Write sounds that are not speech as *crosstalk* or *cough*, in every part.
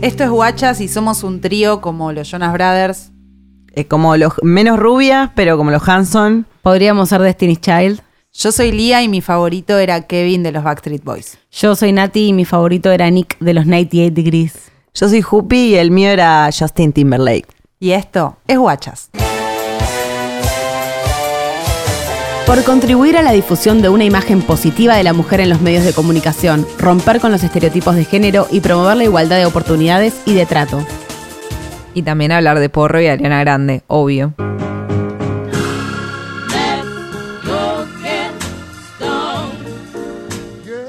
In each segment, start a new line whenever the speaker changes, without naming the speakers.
Esto es Guachas y somos un trío como los Jonas Brothers.
Eh, como los menos rubias, pero como los Hanson.
Podríamos ser Destiny's Child.
Yo soy Lía y mi favorito era Kevin de los Backstreet Boys.
Yo soy Nati y mi favorito era Nick de los 98 Degrees.
Yo soy Hoopy y el mío era Justin Timberlake.
Y esto es Guachas.
Por contribuir a la difusión de una imagen positiva de la mujer en los medios de comunicación, romper con los estereotipos de género y promover la igualdad de oportunidades y de trato.
Y también hablar de Porro y Ariana Grande, obvio.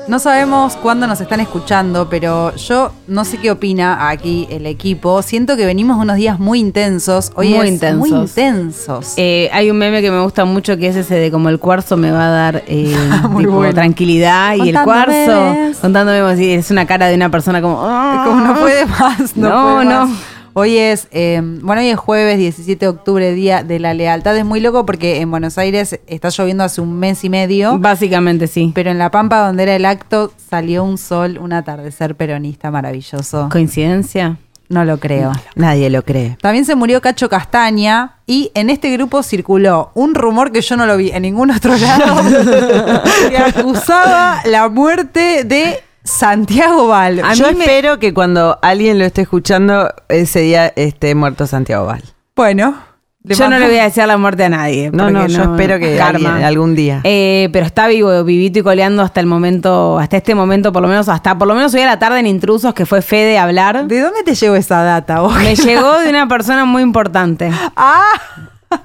No sabemos cuándo nos están escuchando, pero yo no sé qué opina aquí el equipo. Siento que venimos unos días muy intensos. Hoy
Muy
es
intensos.
muy intensos.
Eh, hay un meme que me gusta mucho que es ese de como el cuarzo me va a dar *laughs* eh,
Muy
tipo,
bueno.
tranquilidad y el
Contando
cuarzo
memes.
contándome vos, y es una cara de una persona como "Ah".
*laughs* Como no puede más, no,
No,
puede
no.
más. Hoy es, eh, bueno, hoy es jueves 17 de octubre, Día de la Lealtad. Es muy loco porque en Buenos Aires está lloviendo hace un mes y medio,
Básicamente sí.
pero en La Pampa, donde era el acto, salió un sol, un atardecer peronista maravilloso.
Coincidencia.
No lo creo.
Nadie lo cree.
También se murió Cacho Castaña y en este grupo circuló un rumor que yo no lo vi en ningún otro lado
*laughs*
que acusaba la muerte de Santiago Val.
Yo espero que cuando alguien lo esté escuchando, ese día esté muerto Santiago Val.
Bueno, le
Yo no
mando-
le voy a desear la muerte a nadie.
No,
porque
no, yo espero que
Karma.
alguien- algún día.
Eh, pero está vivo, vivito y coleando hasta el momento, hasta este momento, por lo menos, hasta por lo menos hoy a la tarde en Intrusos, que fue Fede a hablar.
¿De dónde te llegó esa data vos?
*laughs*
Me llegó de una persona muy importante.
*laughs* Ah,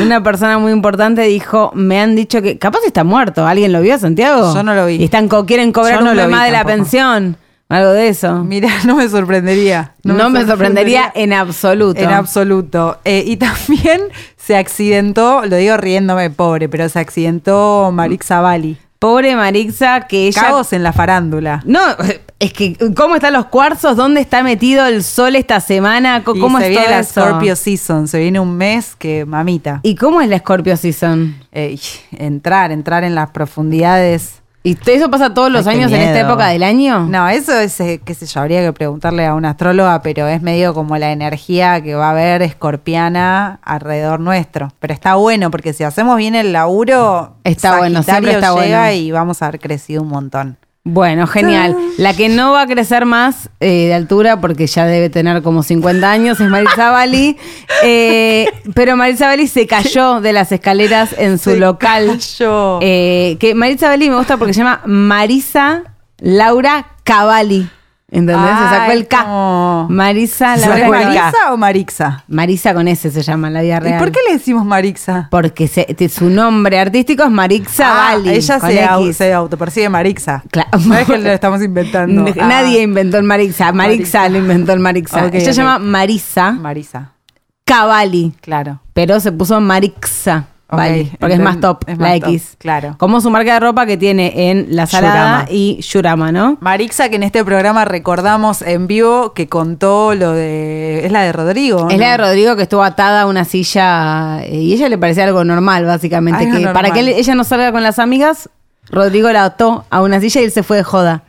Una persona muy importante dijo, me han dicho que capaz está muerto. ¿Alguien lo vio a Santiago?
Yo no lo vi.
Y están co- quieren cobrar
Yo no
un
lo
mes
vi
más de la
tampoco.
pensión. Algo de eso.
mira, no me sorprendería.
no, me, sorprendería, en absoluto.
En absoluto. Eh, y *laughs* también se accidentó, lo digo riéndome, pobre, pero se accidentó Marik Zavalli.
Pobre Marixa, que ella...
Cagos en la farándula.
No, es que, ¿cómo están los cuarzos? ¿Dónde está metido el sol esta semana? Co-
Y
¿Cómo
se
es
viene
todo
la
eso?
Scorpio Season, se viene un mes que mamita.
¿Y cómo es la Scorpio Season?
Ey, entrar, entrar en las profundidades.
¿Y t- eso pasa todos los
Ay, qué
años en esta
miedo.
época del año?
No, eso es, eh, qué sé yo, habría que preguntarle a una astróloga, pero es medio como la energía que va a haber escorpiana alrededor nuestro. Pero está bueno, porque si hacemos bien el laburo,
Está bueno,
Sagitario
siempre está
llega
bueno.
y vamos a haber crecido un montón.
Bueno, genial. La que no va a crecer más eh, de altura, porque ya debe tener como 50 años, es
*laughs*
Maritza Bali. Eh, pero Maritza Bali se cayó de las escaleras en su
Se
local.
cayó.
Eh, que Maritza Bali me gusta porque se llama Marisa Laura Cavalli. ¿Entendés? se sacó
Ay,
el K.
no.
Marisa
¿Pero
Laura
¿Es
Cavalli.
Marixa o Marixa?
Marisa con S se llama en la vida
¿Y
real.
por qué le decimos Marixa?
Porque se- te- su nombre artístico es Marixa
Ah,
Bali.
ella
con
se, au-
X.
se autopercibe Marixa.
Claro.
No es que lo estamos inventando.
N-
Ah.
*laughs* Nadie inventó el Marixa. Marixa
Marixa.
lo inventó el Marixa.
Ok,
Ella se
ok.
llama Marisa
Marisa,
Cavalli,
Ah, claro.
pero se puso Marixa.
Ok,
Bali, porque es
enten-
más top,
es
la
más top,
X.
claro.
Como su marca de ropa que tiene en La Salada
Yurama.
y Yurama, ¿no?
Marixa, que en este programa recordamos en vivo que contó lo de. Es la de Rodrigo.
Es
¿no?
la de Rodrigo que estuvo atada a una silla eh, y ella le parecía algo normal, básicamente.
Algo
que Para
normal.
que él- ella no salga con las amigas, Rodrigo la ató a una silla y él se fue de joda.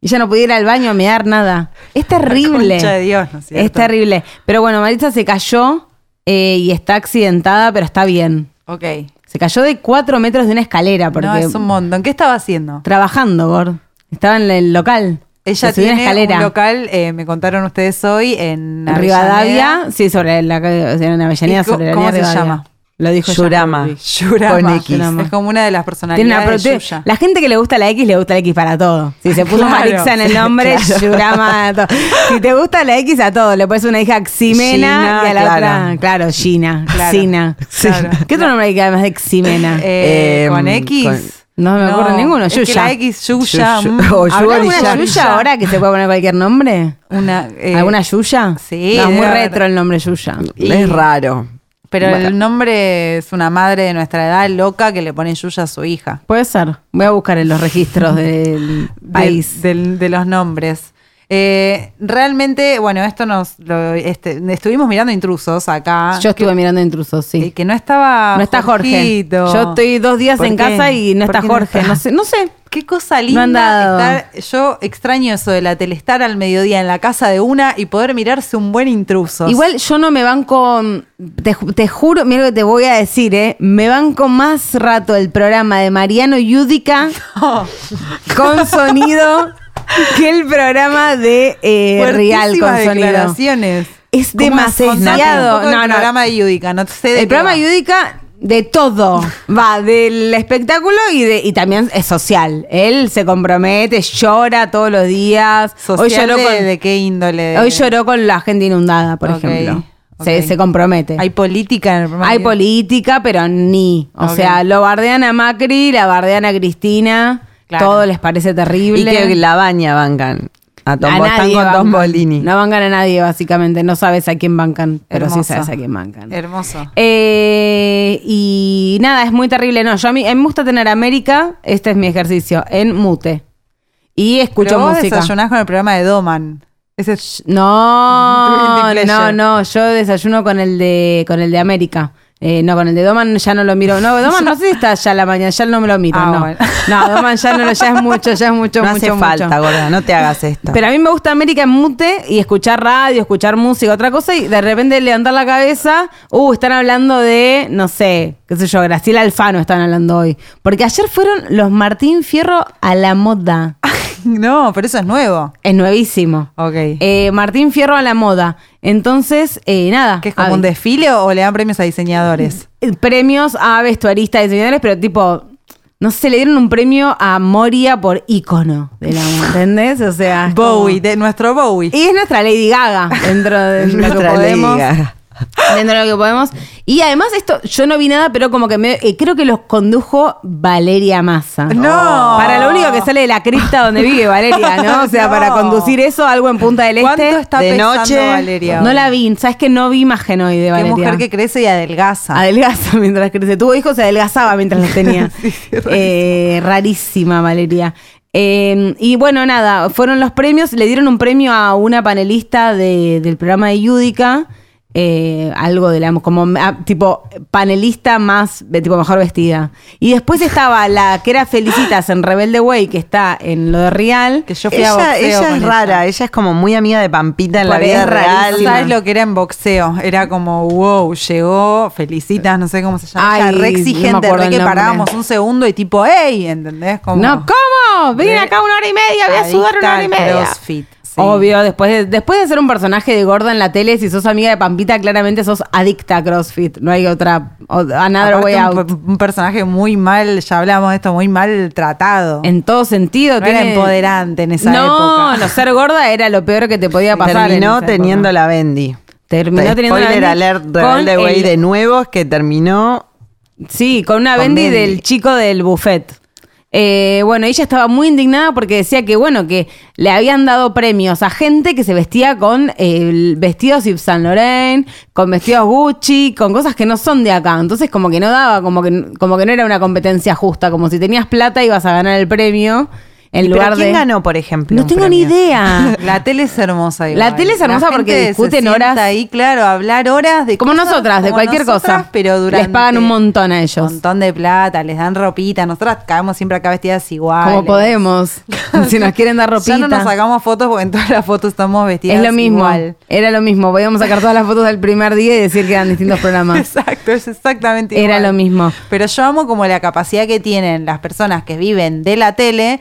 Y ella no pudiera ir al baño a mear nada. Es terrible.
concha de Dios, ¿no es cierto?
es terrible. Pero bueno, Maritza se cayó eh, y está accidentada, pero está bien.
Ok.
Se cayó de cuatro metros de una escalera porque
No, es un montón. ¿Qué estaba haciendo?
trabajando, Gord. Estaba en el local.
Ella
Se subió a
tiene
una escalera.
un local, eh, me contaron ustedes hoy, en
En Rivadavia, sí, sobre la calle, o sea, en Avellaneda,
¿Y co-
sobre la
cómo
avenida
se
Rivadavia.
llama?
Lo dijo ella.
Yurama.
Yurama.
Con X.
Yurama. Es como una de las personalidades
Tiene una pro-
de
tiene-
Yuya.
la gente que le gusta la X, le gusta la X para todo. Si se puso
Claro.
Marixa en el nombre, Yurama a todo. Si te gusta la X a todo, le pones una hija Ximena
Gina,
y a la
claro.
otra, claro, Gina,
Claro.
Xina.
Claro.
¿Qué otro nombre hay que además de Ximena?
Eh,
Eh,
con X.
con-
No me acuerdo ninguno,
es
Yuya.
que la X, Yuya.
Yuya.
mm.
O
¿Habrá
Yuya
¿Habrá
alguna
alguna Yuya ahora que se puede poner cualquier nombre?
Una, eh,
¿Alguna Yuya?
sí,
No,
debe
es muy
haber.
retro el nombre Yuya.
Es raro.
Pero el nombre es una madre de nuestra edad loca que le pone Yuya a su hija.
Puede ser. Voy a buscar en los registros del
De- *laughs*
país.
del- de los nombres. Eh, realmente, bueno, esto nos. lo- este, estuvimos mirando intrusos acá.
Yo estuve mirando intrusos, sí.
Eh, que no estaba.
no está Jorge.
Jorgito.
Yo estoy dos días
¿Por
en
qué?
casa y no
¿Por
está
qué no
Jorge.
está?
No sé, no sé.
Qué cosa
No han dado.
linda. estar- yo extraño eso de la telestar al mediodía en la casa de una y poder mirarse un buen intruso. *laughs*
Igual yo no me banco, te, ju- te juro, mira lo que te voy a decir, ¿eh? me banco más rato el programa de
*laughs*
Mariano Yudica
Oh,
con sonido que el programa de eh, Real con sonido.
declaraciones.
Es
¿Cómo
demasiado.
contame un poco del
No, no.
programa de Yudica, no sé de
El
qué
programa
va.
Yudica de todo va del espectáculo y de y también es social. Él se compromete, llora todos los días.
Social
lloró
de,
con-
de qué índole. de-
Hoy lloró con la gente inundada, por
Ok,
ejemplo.
ok.
Se, se compromete.
Hay
Hay,
política en el programa. de Yudica.
política, pero ni. O
Ok.
sea, lo bardean a Macri, la bardean a Cristina.
Claro.
Todo les parece terrible.
Y que la baña bancan. A Tom,
A
están
nadie
con Tom
bancan.
Bolini.
No bancan a nadie, básicamente. No sabes a quién bancan, pero sí
Hermoso.
sabes a quién bancan.
Hermoso.
Eh, y nada, es muy terrible. No, yo a mí, a mí me gusta tener América, este es mi ejercicio, en mute. Y escucho
Pero vos
música.
desayunás con el programa de Doman. Ese es- Guilty
No, no,
pleasure.
no, yo desayuno con el de con el de América. Eh, no, con el de Doman ya no lo
*laughs*
miro. No, Doman no sé si está ya a la mañana, ya no me lo miro.
Ah,
no.
bueno.
no, Doman ya no lo, ya es mucho, ya es mucho,
No
mucho,
hace
mucho.
falta, gorda, no
*laughs*
te hagas esto.
Pero a mí me gusta América en mute y escuchar radio, escuchar música, otra cosa, y de repente levantar la cabeza, uh, están hablando de, no sé, qué sé yo, Graciela Alfano están hablando hoy. Porque ayer fueron los Martín Fierro a la moda.
*laughs* no, pero eso es nuevo.
Es nuevísimo.
Ok.
Eh, Martín Fierro a la moda. Entonces, eh, nada.
¿Que es como
Ah,
un desfile o, o le dan premios a diseñadores?
eh, Premios a vestuaristas, diseñadores, pero tipo, no sé, le dieron un premio a Moria por ícono de la moda, ¿entendés? O sea. es como-
Bowie, de nuestro Bowie.
Y es nuestra Lady Gaga
*laughs*
dentro de lo que
Nuestra Lady
podemos.
Gaga.
Dentro de lo que podemos. Y además, esto, yo no vi nada, pero como que me, eh, creo que los condujo Valeria Massa.
No.
Para lo único que sale de la cripta donde vive Valeria,
*laughs*
¿no? O sea,
No.
para conducir eso, algo en Punta del Este.
¿Cuánto está
de
pesando
noche,
Valeria?
No
hoy?
la vi, ¿sabes que no vi imagen hoy de
Qué
Valeria?
mujer que crece y adelgaza.
Adelgaza *laughs* mientras crece. Tuvo hijos, se adelgazaba mientras los
*laughs*
tenía. Eh, rarísima, Valeria. Eh, y bueno, nada, fueron los premios. Le dieron un premio a una panelista de- del programa de Yudica. eh, algo de la como ah, tipo panelista más eh, tipo mejor vestida y después estaba la que era Felicitas en Rebelde Way que está en lo de Real
que yo fui a
Ella,
boxeo.
ella
con
es rara, ella es como muy amiga de Pampita en la
Por-
vida
es
real.
rarísima. ¿Sabes lo que era en boxeo? Era como, wow, llegó, felicitas, no sé cómo se llama.
Ay,
Ella re
no me
exigente,
acuerdo
re
el
que
nombre.
parábamos un segundo y tipo, hey, ¿entendés? Como,
no cómo vine
Re-
acá una hora y media voy a sudar una hora y
adicta al
media
crossfit, sí.
Obvio, después de, después de ser un personaje de gorda en la tele, si sos amiga de Pampita, claramente sos adicta a CrossFit. No hay otra, o- another
Aparte,
way
un,
out.
un personaje muy mal, ya hablamos de esto, muy mal tratado.
En todo sentido.
No
tiene-
era empoderante en esa
no,
época.
No, ser gorda era lo peor que te podía pasar.
Terminó
en esa
teniendo
época.
la Bendy.
Terminó teniendo
Spoiler
la Bendy
alert de
con
Rebelde Way
el-
de nuevo, es que terminó
Sí, con una
Con
Bendy,
Bendy.
del chico del buffet. Eh, bueno, ella estaba muy indignada porque decía que, bueno, que le habían dado premios a gente que se vestía con eh, vestidos Yves Saint Laurent, con vestidos Gucci, con cosas que no son de acá. Entonces, como que no daba, como que, como que no era una competencia justa, como si tenías plata ibas a ganar el premio en
¿Y
lugar
pero quién
de.
ganó, por ejemplo?
No
un
tengo ni
premio? *laughs*
idea.
*laughs* La tele es hermosa. igual.
La tele es hermosa
gente
porque
se
discuten
sienta
horas.
ahí, claro, a hablar horas de
Como
cosas
nosotras, de
como
cualquier
nosotras,
cosa.
Pero
Les
durante
pagan un montón a ellos.
Un montón de plata, les dan ropita. Nosotras caemos siempre acá vestidas igual.
como
*laughs*
podemos. *laughs* si nos quieren dar ropita.
Ya no nos sacamos fotos porque en todas las fotos estamos vestidas
Es lo mismo.
igual.
Era lo mismo. Podíamos sacar todas las fotos del primer día y decir que eran distintos *laughs*
*laughs*
programas.
Exacto, es exactamente igual.
Era lo mismo.
Pero yo amo como la capacidad que tienen las personas que viven de la tele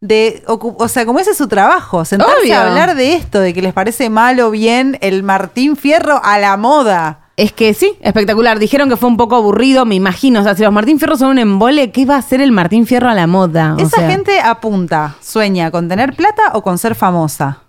de, ocu- o sea, como ese es su trabajo, sentarse
Obvio.
a hablar de esto, de que les parece mal o bien el Martín Fierro a la moda.
Es que sí, espectacular. Dijeron que fue un poco aburrido, me imagino. O sea, si los Martín Fierro son un embole, ¿qué va a hacer el Martín Fierro a la moda? O
Esa
sea,
gente apunta, sueña con tener plata o con ser famosa.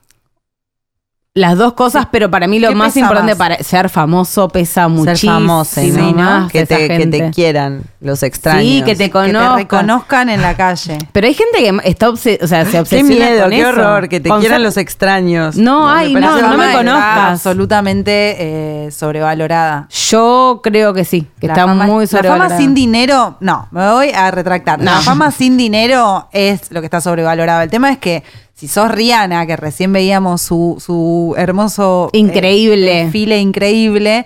Las dos cosas, pero para mí lo
¿Qué
más
pesa
importante
más?
para ser famoso pesa muchísimo.
Ser famosa, ¿no?
más
Que,
esa
te, que
gente.
te quieran los extraños.
Sí, que
Que
te
te
conozcan.
reconozcan en la
*laughs*
calle.
Pero hay gente que está obse- o sea, se
Qué
obsesiona
miedo,
con
qué
eso.
horror, que te
Con
quieran
ser-
los extraños.
No, ay,
me
no,
parece
no me
mal.
Está
conozcas.
Absolutamente eh, sobrevalorada.
Yo creo que sí, que
La
está
fama-
muy
La fama
sobrevalorado.
sin dinero, no, me voy a retractar. La fama sin dinero es lo que está sobrevalorado. El tema es que si sos Rihanna, que recién veíamos su, su hermoso eh,
Increíble.
desfile increíble,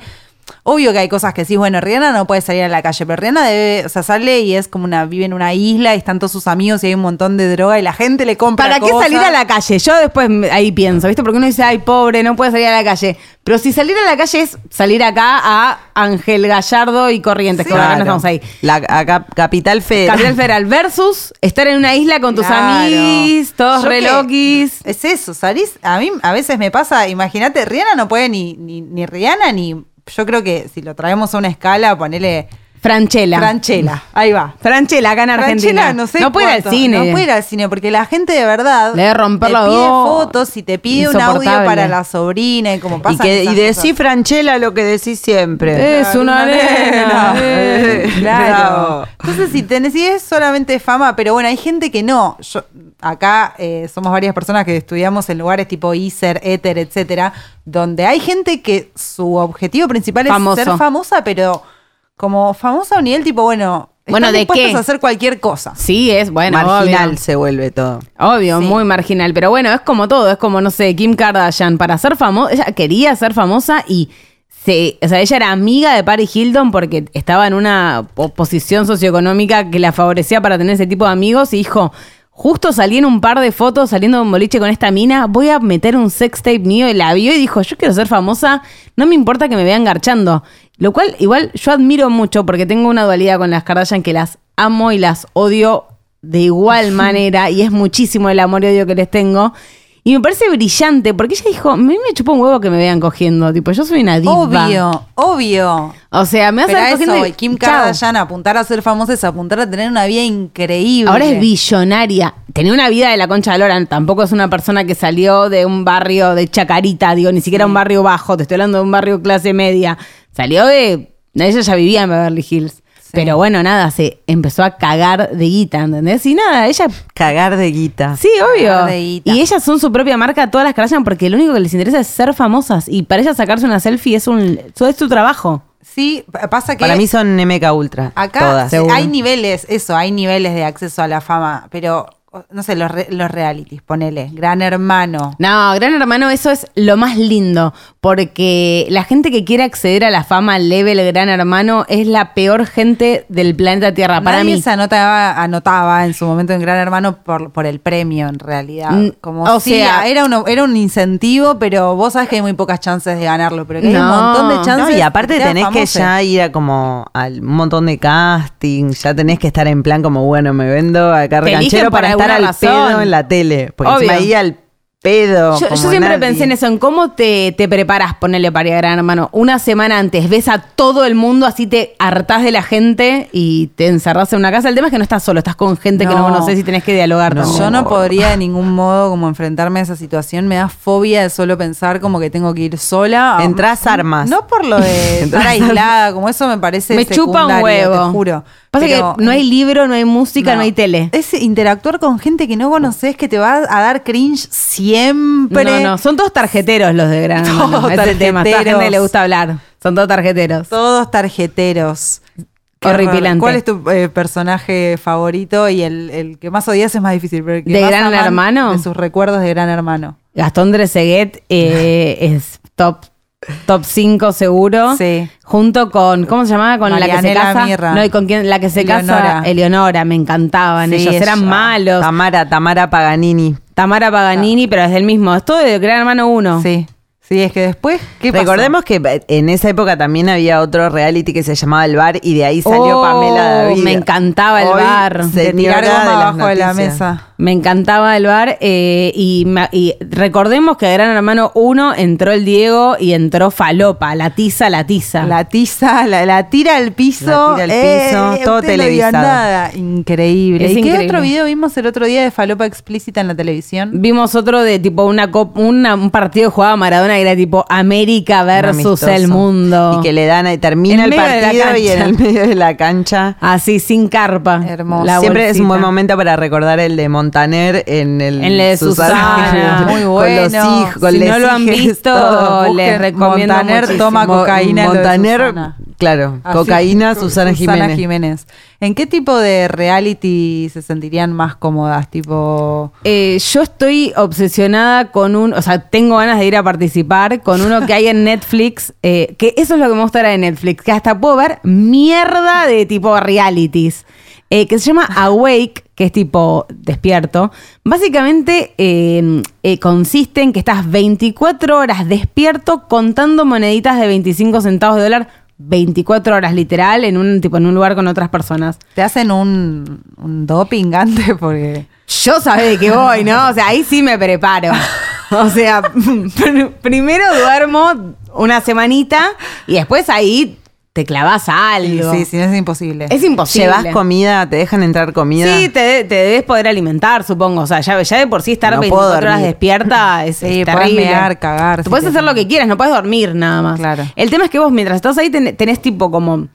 Obvio que hay cosas que sí, bueno, Rihanna no puede salir a la calle, pero Rihanna debe, o sea, sale y es como una, vive en una isla y están todos sus amigos y hay un montón de droga y la gente le compra.
¿Para qué
cosas.
salir a la calle? Yo después me- ahí pienso, ¿viste? Porque uno dice, ay, pobre, no puede salir a la calle. Pero si salir a la calle es salir acá a Ángel Gallardo y Corrientes, que bueno, acá no estamos ahí.
La, acá, Capital Federal.
Capital Federal versus estar en una isla con tus
Claro.
amiguis, todos
Yo que-
reloquis.
Es eso, salís. A mí a veces me pasa, imagínate, Rihanna no puede ni, ni, ni Rihanna ni. Yo creo que si lo traemos a una escala, ponele.
Franchella.
Franchela, ahí va.
Franchella, acá en Argentina.
Franchella, no sé.
puede ir al
cuánto,
cine.
No puede ir al cine, porque la gente de verdad.
Le debe romper
te
los
pide
dos.
fotos y te pide un audio
Insoportable.
para la sobrina y como pasa.
Y, que, y decís, Franchella, lo que decís siempre.
Es una nena. *laughs* eh.
Claro.
Bravo.
Entonces, si tenés, si es solamente fama, pero bueno, hay gente que no. Yo, acá eh, somos varias personas que estudiamos en lugares tipo ISER, éter, etcétera, donde hay gente que su objetivo principal es
Famoso.
ser famosa, pero como famosa a un nivel tipo, bueno,
Bueno,
están
¿de
dispuestos
qué?
a hacer cualquier cosa.
Sí, es bueno.
Marginal
obvio.
se vuelve todo.
Obvio,
Sí.
muy marginal. Pero bueno, es como todo. Es como, no sé, Kim Kardashian. Para ser famosa, ella quería ser famosa y se, o sea, ella era amiga de Paris Hilton porque estaba en una po- posición socioeconómica que la favorecía para tener ese tipo de amigos y dijo. Justo salí en un par de fotos saliendo de un boliche con esta mina. Voy a meter un sex tape mío y la vio y dijo: Yo quiero ser famosa, no me importa que me vean garchando. Lo cual, igual, yo admiro mucho porque tengo una dualidad con las Kardashian que las amo y las odio de igual manera y es muchísimo el amor y odio que les tengo. Y me parece brillante porque ella dijo, a mí me chupa un huevo que me vean cogiendo, tipo, yo soy una diva.
Obvio, obvio.
O sea, me vas
Pero
a
a
ver
eso,
cogiendo y-
voy. Kim
chao.
Kardashian apuntar a ser famosa es apuntar a tener una vida increíble.
Ahora es billonaria. Tenía una vida de la concha de Loran. Tampoco es una persona que salió de un barrio de chacarita, digo, ni siquiera un barrio bajo. Te estoy hablando de un barrio clase media. Salió de. Ella ya vivía en Beverly Hills. Pero bueno, nada, se empezó a cagar de guita, ¿entendés? Y nada, ella
Cagar de guita.
Sí, obvio.
de
Y
guita.
ellas son su propia marca, todas las Kardashian, porque lo único que les interesa es ser famosas. Y para ellas sacarse una selfie es un eso es su trabajo.
Sí, pa- pasa que.
Para mí son MK Ultra.
Acá
todas.
sí, hay niveles, eso, hay niveles de acceso a la fama, pero o- no sé, los, re- los realities, ponele, Gran Hermano.
No, Gran Hermano, eso es lo más lindo, porque la gente que quiere acceder a la fama level Gran Hermano es la peor gente del planeta Tierra. Para
Nadie
mí.
se anotaba, anotaba en su momento en Gran Hermano por, por el premio, en realidad.
Mm,
Como
o
sí,
sea-
era, un, era un incentivo, pero vos sabés que hay muy pocas chances de ganarlo, pero que hay un
No.
montón de
No,
chances.
No, y aparte
de ser
tenés que
famoso.
ya ir a como al un montón de casting, ya tenés que estar en plan como, bueno, me vendo acá
Te eligen
canchero
por
para estar al
alguna razón.
pedo en la tele. Porque
Obvio.
encima ahí al pedo.
Yo, yo
como
siempre
nadie.
pensé en eso, en cómo te, te preparas, ponerle para ir a Gran Hermano. Una semana antes ves a todo el mundo, así te hartás de la gente y te encerrás en una casa. El tema es que no estás solo, estás con gente que no
No.
conoces y tenés que dialogar. también.
Yo no podría de ningún modo como enfrentarme a esa situación. Me da fobia de solo pensar como que tengo que ir sola. Ah,
Entrás armas.
No por lo
*laughs*
de estar aislada, como eso me parece
me chupa un
secundario,
huevo.
te juro.
Pasa
Pero-
que no hay libro, no hay música, no, hay tele.
Es interactuar con gente que no conoces que te va a dar cringe siempre.
No, no, son todos tarjeteros los de
*laughs*
Gran
Todos
Hermano. Es el tema. Toda
tarjeteros.
gente le gusta hablar. Son todos tarjeteros.
Todos tarjeteros. Qué
Horripilante.
horror. ¿Cuál es tu eh, personaje favorito y el, el que más odias es más difícil? pero el que
¿De
más
Gran
aman
Hermano?
De sus recuerdos de Gran Hermano.
Gastón Dreseguet eh, es top top 5 seguro.
Sí.
Junto con ¿cómo se llamaba? Con la que se
Marianela
casa.
Mirra.
No, y con quién la que se
Eleonora.
casa, Eleonora, me encantaban
Sí,
ellos, eran
ella.
malos.
Tamara, Tamara Paganini.
Tamara Paganini, pero es del mismo, es todo de Gran Hermano 1.
Sí. Sí, es que después. ¿qué pasó?
Recordemos que eh, en esa época también había otro reality que se llamaba El Bar y de ahí salió
Oh,
Pamela David.
me encantaba El
Hoy,
Bar.
de
señora
tirar goma
las
abajo de la
noticias.
mesa.
Me encantaba el bar eh, y, ma- y recordemos que a Gran Hermano 1 entró el Diego y entró Falopa, la tiza, la tiza.
La tiza, la, la tira al piso.
La tira al
eh,
piso,
eh,
todo
usted no vio
televisado.
nada. Increíble.
Es
¿Y qué
increíble.
otro video vimos el otro día de falopa explícita en la televisión?
Vimos otro de tipo una, cop- una- un partido que jugaba Maradona que era tipo América versus
Amistoso.
el mundo.
Y que le dan, eh,
En
termina el
medio de la
partido y en
cancha.
el medio de la cancha.
Así, sin carpa.
Hermoso.
La
Siempre es un
bolsita.
buen momento para recordar el de Montaner en el,
En el de Susana.
Con
Muy
los
bueno.
hij- con
Si
les
no lo han
hijes,
visto,
todo.
les
Busquen
recomiendo
Montaner
muchísimo. Ah,
toma
Mo-
cocaína. en lo de
Montaner
Susana.
Claro,
Así,
cocaína,
con
Susana, Jiménez.
¿En qué tipo de reality se sentirían más cómodas? Tipo.
Eh, yo estoy obsesionada con un, o sea, tengo ganas de ir a participar con uno que hay en Netflix, eh, que eso es lo que me gusta ahora de Netflix, que hasta puedo ver mierda de tipo realities, eh, que se llama Awake, que es tipo despierto. Básicamente eh, eh, consiste en que estás 24 horas despierto contando moneditas de 25 centavos de dólar, 24 horas literal, en un, tipo, en un lugar con otras personas.
Te hacen un, un doping *laughs* antes porque.
Yo sabés de qué voy, ¿no? O sea, ahí sí me preparo. O sea, *laughs* pr- primero duermo una semanita y después ahí te clavas algo.
Sí, sí, es imposible.
Es
*laughs*
imposible.
¿Llevas comida? ¿Te dejan entrar comida?
Sí, te, te debes poder alimentar, supongo. O sea, ya, ya de por sí estar
No puedo
24 horas
dormir.
despierta es,
Sí,
es
podés
terrible.
mear, cagar,
Tú
si
puedes
te-
hacer lo que quieras, no puedes dormir nada más.
Claro.
El tema es que vos mientras estás ahí ten- tenés tipo como...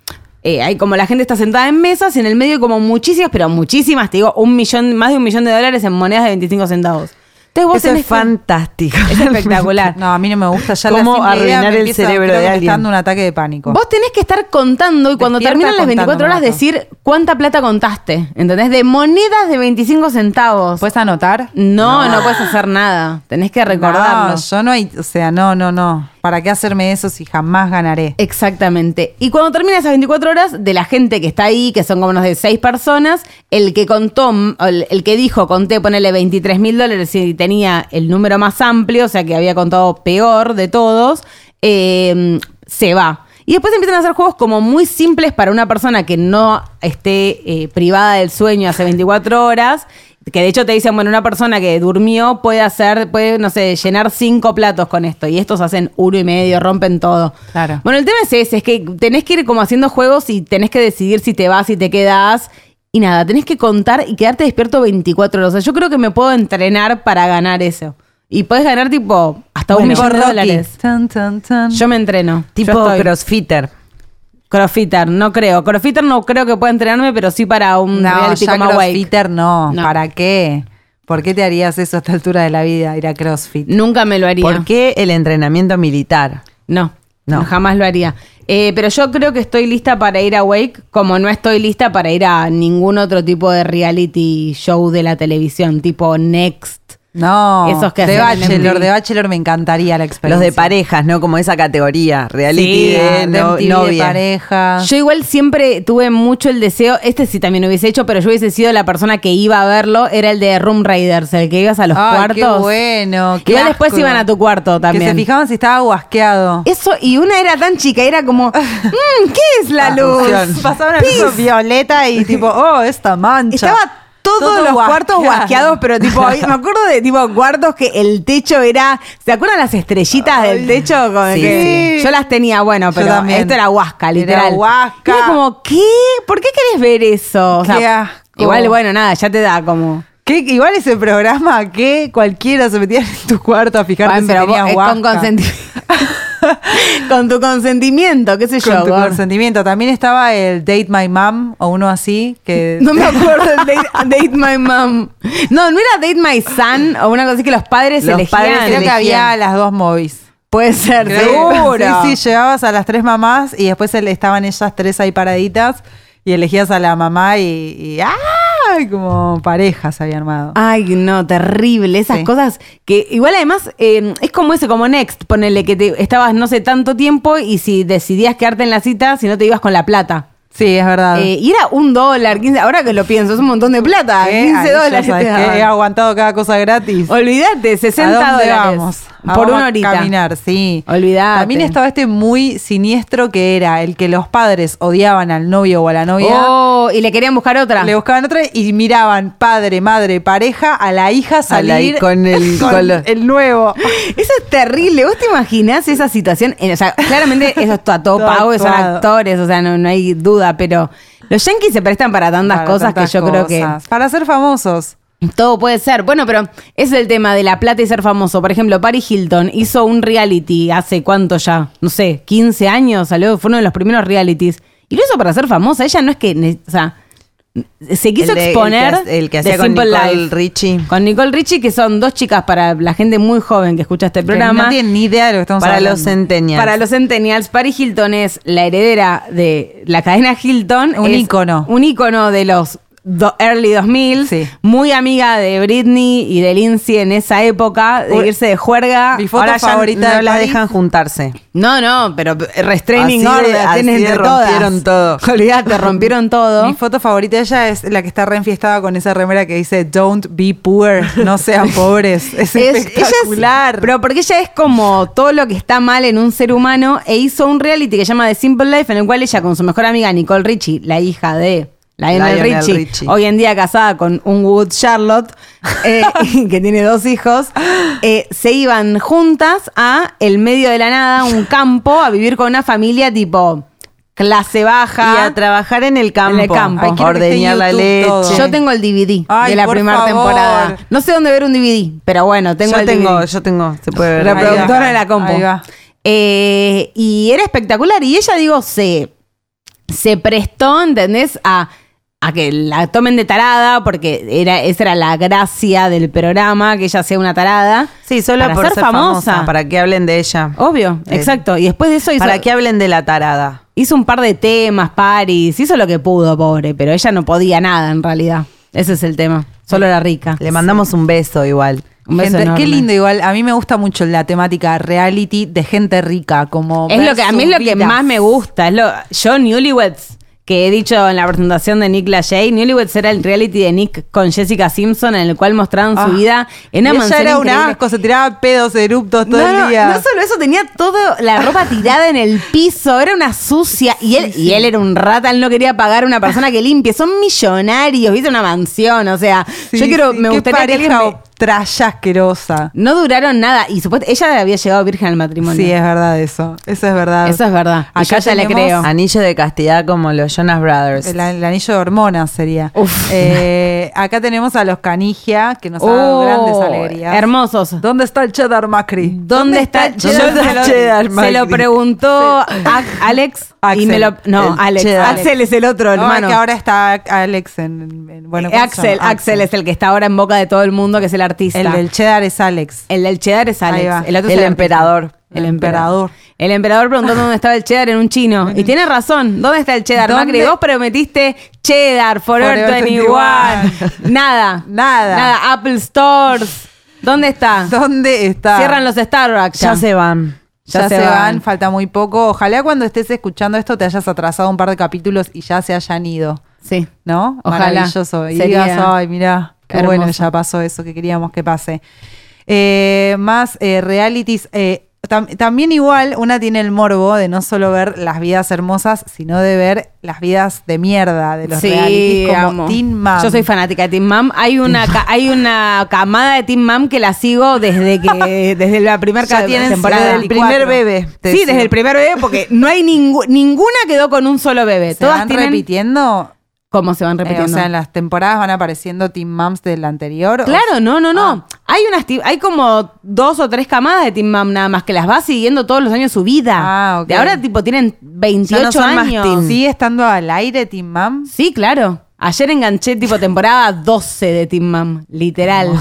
eh, hay como la gente está sentada en mesas y en el medio hay como muchísimas, pero muchísimas, te digo, un millón, más de un millón de dólares en monedas de 25 centavos. Entonces vos
Eso
tenés
es
que-
fantástico. *laughs*
Es
*laughs*
espectacular.
No, a mí no me gusta. Ya la
¿Cómo
simple idea
arruinar
me
el
empieza-
cerebro
creo que
de
me
alguien?
Está dando un ataque de pánico.
Vos tenés que estar contando y cuando
Despierta
terminan las
contando,
24 horas
Marco.
decir cuánta plata contaste, ¿entendés? De monedas de 25 centavos.
¿Puedes anotar?
No, no, puedes hacer nada. Tenés que recordarlo.
No, yo no hay. O sea, no, no, no. ¿Para qué hacerme eso si jamás
Eh,
ganaré?
Exactamente. Y cuando termina esas 24 horas, de la gente que está ahí, que son como unos de seis personas, el que contó, m- o el, el que dijo, conté, ponele 23 mil dólares y tenía el número más amplio, o sea que había contado peor de todos, eh, se va. Y después empiezan a hacer juegos como muy simples para una persona que no esté eh, privada del sueño hace 24 horas. Que de hecho te dicen, bueno, una persona que durmió puede hacer, puede, no sé, llenar cinco platos con esto. Y estos hacen uno y medio, rompen todo.
Claro.
Bueno, el tema es ese, es que tenés que ir como haciendo juegos y tenés que decidir si te vas, si te quedás. Y nada, tenés que contar y quedarte despierto 24 horas. O sea, yo creo que me puedo entrenar para ganar eso. Y podés ganar tipo hasta un
Bueno,
millón de
Rocky.
dólares.
Tan, tan, tan.
Yo me entreno.
Tipo
Yo estoy-
crossfitter.
Crossfitter, no creo. Crossfitter no creo que pueda entrenarme, pero sí para un
no,
reality
ya
como Awake.
crossfitter no.
No.
¿Para qué? ¿Por qué te harías eso a esta altura de la vida, ir a crossfit?
Nunca me lo haría.
¿Por qué el entrenamiento militar?
No,
No.
jamás lo haría. Eh, pero yo creo que estoy lista para ir a Wake, como no estoy lista para ir a ningún otro tipo de reality show de la televisión, tipo Next.
No,
Esos que
de
hacen en
Bachelor,
MTV.
de Bachelor me encantaría la
Los
experiencia.
de parejas, ¿no? Como esa categoría. Reality
Sí,
ah,
de
de, no-
MTV de
novia.
pareja.
Yo igual siempre tuve mucho el deseo, este sí también lo hubiese hecho, pero yo hubiese sido la persona que iba a verlo, era el de Room Raiders, el que ibas a los
Ay,
cuartos.
qué bueno. Qué
Igual después
asco.
iban a tu cuarto también.
Que se fijaban si estaba guasqueado.
Eso, y una era tan chica, era
*laughs*
como, "Mm, ¿qué es
Ah,
la luz?
Asunción.
Pasaba una luz violeta y tipo, oh, esta mancha.
Estaba todos
Todo
los cuartos
guasqueado.
guasqueados, pero tipo, me acuerdo de tipo cuartos que el techo era. ¿Se acuerdan las estrellitas del techo? Con
Sí,
que-
sí.
Yo las tenía, bueno,
Yo
pero
también.
esto era huasca,
Era
literal.
huasca.
Y Era como, ¿qué? ¿Por qué querés ver eso? *laughs* O sea,
Qué asco.
Igual, bueno, nada, ya te da como.
Qué- Igual ese programa que cualquiera se metía en tu cuarto a fijarte
Bueno,
si
pero vos-
tenías
eh, con
guasca.
consentimiento. *laughs* con tu consentimiento, qué sé
*laughs*
yo.
Con tu
Gor.
consentimiento. También estaba el Date My Mom o uno así que
No me acuerdo el date, Date My Mom. No, no era Date My Son o una cosa así que los padres
Los
elegían.
padres
creo que había las dos movies.
Puede ser, seguro.
Sí, sí, llegabas a las tres mamás y después el- estaban ellas tres ahí paraditas y elegías a la mamá y, y ¡ah! como pareja se había armado.
Ay, no, terrible. Esas
Sí.
cosas que igual además eh, es como ese, como Next, ponele que te, estabas no sé tanto tiempo y si decidías quedarte en la cita, si no te ibas con la plata.
Sí, es verdad.
Eh, y era un dólar, 15, ahora que lo pienso, es un montón de plata,
¿Qué?
15
Ahí ya
dólares.
sabes
te
que He
daban.
aguantado cada cosa gratis.
Olvídate, 60
¿A dónde
dólares
vamos? ¿A
por
vamos
una
a
horita.
Caminar, sí.
Olvídate.
También estaba este muy siniestro que era el que los padres odiaban al novio o a la novia.
Oh, y le querían buscar otra.
Le buscaban otra y miraban padre, madre, pareja a la hija salir
con
*laughs*
el- con lo-
el nuevo.
Eso es terrible. ¿Vos te imaginás esa situación? Eh, O sea,
*laughs*
claramente eso está todo
Todo
pago, y son
actuado.
actores, o sea, no, no hay duda, pero los yankees se prestan para tantas
Para
cosas que
tantas
yo creo que
cosas. Para ser famosos.
todo puede ser. Bueno, pero es el tema de la plata y ser famoso. Por ejemplo, Paris Hilton hizo un reality hace cuánto ya, no sé, 15 años, salió, fue uno de los primeros realities. Y lo hizo para ser famosa. Ella no es que, ne- o sea, se quiso
El de- el
exponer
que ha- el que
de
hacía con
Simple
Nicole
Life.
Richie.
Con Nicole Richie, que son dos chicas para la gente muy joven que escucha este
Que
programa.
No tienen ni idea de lo que estamos
Para
hablando.
los centennials.
Para los Centennials, Paris Hilton es la heredera de la cadena Hilton.
Un
es
ícono.
Un ícono de los do- early 2000.
Sí.
Muy amiga de Britney y de Lindsay en esa época, de
Uy.
irse de juerga.
Mi foto
Ahora ya
favorita
no
de
las
París.
dejan juntarse.
No no, no, pero restraining
Así de-
order
así
tienes
de
entre
rompieron
todas. *laughs*
todo.
Olvídate, rompieron todo.
Mi foto favorita de ella es la que está reenfiestada con esa remera que dice Don't be poor,
*laughs*
no sean pobres. *laughs* Es,
Es- ella es-
espectacular.
pero porque ella es como todo lo que está mal en un ser humano e hizo un reality que se llama The Simple Life en el cual ella con su mejor amiga Nicole Richie, la hija de Lionel,
Lionel
Richie,
Richie.
hoy en día casada con un Wood Charlotte, eh, *laughs* que tiene dos hijos, eh, se iban juntas a el medio de la nada, un campo, a vivir con una familia tipo clase baja.
Y a trabajar en el campo.
En el campo. Ay,
quiero que esté en
Ordeñar la
YouTube
leche.
todo.
Yo tengo el DVD
Ay,
de la
por
primera
favor.
temporada. No sé dónde ver un DVD, pero bueno, tengo
yo
el
tengo,
DVD.
yo tengo, se puede ver.
Ahí va.
Reproductora de la compu.
Ahí va.
Eh, y era espectacular. Y ella, digo, se, se prestó, ¿entendés? A, a que la tomen de tarada, porque era, esa era la gracia del programa, que ella sea una tarada.
Sí, solo
para
por ser, famosa. Para que hablen de ella.
Obvio,
Eh,
exacto. Y después de eso hizo,
Para que hablen de la tarada.
hizo un par de temas, Paris, hizo lo que pudo, pobre, pero ella no podía nada en realidad. Ese es el tema. Solo era rica.
Le mandamos un beso igual.
Un beso
Gente-
enorme.
qué lindo igual. A mí me gusta mucho la temática reality de gente rica, como
Es
ver
lo que a
sus
mí es lo que
vidas.
más me gusta, es lo yo Newlyweds que he dicho en la presentación de Nick Lachey, Newlyweds era el reality de Nick con Jessica Simpson en el cual mostraban su
Ah.
vida en una
Ella
mansión
era un
increíble.
asco, se tiraba pedos eruptos todo
No,
el
no,
día.
no solo eso, tenía toda la ropa tirada en el piso, era una sucia. Y él, y él era un rata, él no quería pagar a una persona que limpie. Son millonarios, viste una mansión, o sea,
Sí,
yo quiero,
sí,
me
qué
gustaría que alguien
pareja
me-
traya asquerosa.
No duraron nada, y supuestamente ella había llegado virgen al matrimonio.
Sí, es verdad eso. Eso es verdad.
Eso es verdad. Y
Acá
yo ya le
tenemos
creo.
Anillo de castidad como los Jonas Brothers.
El, el anillo de hormonas sería.
Uf.
Eh, acá tenemos a los canigia que nos han
Oh,
dado grandes alegrías.
Hermosos.
¿Dónde está el cheddar Macri?
¿Dónde está el cheddar?
¿Dónde está el
Se lo-
cheddar,
Se
Macri?
lo preguntó a- Alex y
Axel.
me lo no,
El
Alex,
cheddar.
Axel es el otro
Ahora
hermano.
que ahora está Alex en. en- bueno,
Eh,
¿cómo se
Axel,
llama?
Axel es el que está ahora en boca de todo el mundo, que es el artista.
El del cheddar es Alex.
El del cheddar es
Ahí
Alex.
va.
El, otro es
El
artista.
emperador.
El
El
emperador.
emperador. El emperador preguntó dónde estaba el cheddar en un chino. Y tiene razón. ¿Dónde está el cheddar,
¿Dónde?
Macri? Vos prometiste cheddar, Forever
Forever
21.
21.
Nada.
Nada.
Nada. Apple Stores. ¿Dónde está?
¿Dónde está?
Cierran los Starbucks.
ya se van.
Ya, se, Ah. van. falta muy poco. Ojalá cuando estés escuchando esto te hayas atrasado un par de capítulos y ya se hayan ido,
Sí.
¿no?
Ojalá.
Maravilloso. Y
Sería
digas, ay, mirá, qué
hermoso.
bueno, ya pasó eso que queríamos que pase. Eh, más eh, realities. eh, tam- también igual, una tiene el morbo de no solo ver las vidas hermosas, sino de ver las vidas de mierda de los realities como
amo.
Teen Mom.
Yo soy fanática de Team Mom. Hay una, ca- hay una camada de Team Mom que la sigo
*laughs*
desde que desde la primera
Ya tienen
temporada.
desde
El primer
24.
bebé. te
Sí,
decía.
desde el primer bebé, porque no hay ningú- ninguna quedó con un solo bebé.
¿Se
Todas
van
tienen.
repitiendo?
¿Cómo se van
Eh,
repitiendo?
o sea, en las temporadas van apareciendo Team Moms del anterior. o-
Claro, no, no,
Ah.
no. Hay unas ti- hay como dos o tres camadas de Team Mom nada más que las va siguiendo todos los años su vida.
Ah, ok.
De ahora tipo tienen 28
son más
años.
teen.
¿Sigue estando al aire Team Mom?
Sí, claro. Ayer enganché tipo temporada 12 de Team Mom, literal.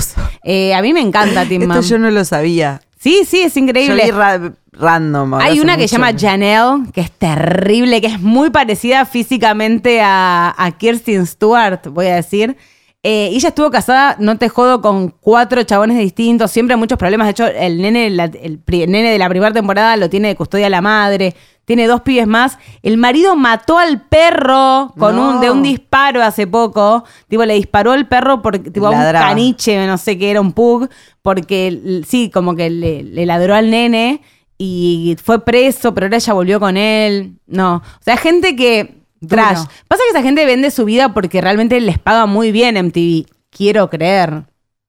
Eh, a mí me encanta Team
Esto
Mom.
yo no lo sabía.
Sí, sí, es
Yo
increíble.
vi ra- random. ahora
Hay
hace
una que se llama
mucho.
Janelle, que es terrible, que es muy parecida físicamente a, a Kirsten Stewart, voy a decir. Eh, y ella estuvo casada, no te jodo, con cuatro chabones distintos, siempre muchos problemas. De hecho, el nene, la- el, pri- nene de la primera temporada lo tiene de custodia la madre, tiene dos pibes más. El marido mató al perro con
No.
un, de un disparo hace poco. Tipo, le disparó al perro porque, tipo, a un
Ladraba.
caniche che, no sé qué, era un pug, porque l- sí, como que le, le ladró al nene y fue preso, pero ahora ella volvió con él. No, o sea, gente que
Duro.
trash. Pasa que esa gente vende su vida porque realmente les paga muy bien MTV, quiero creer.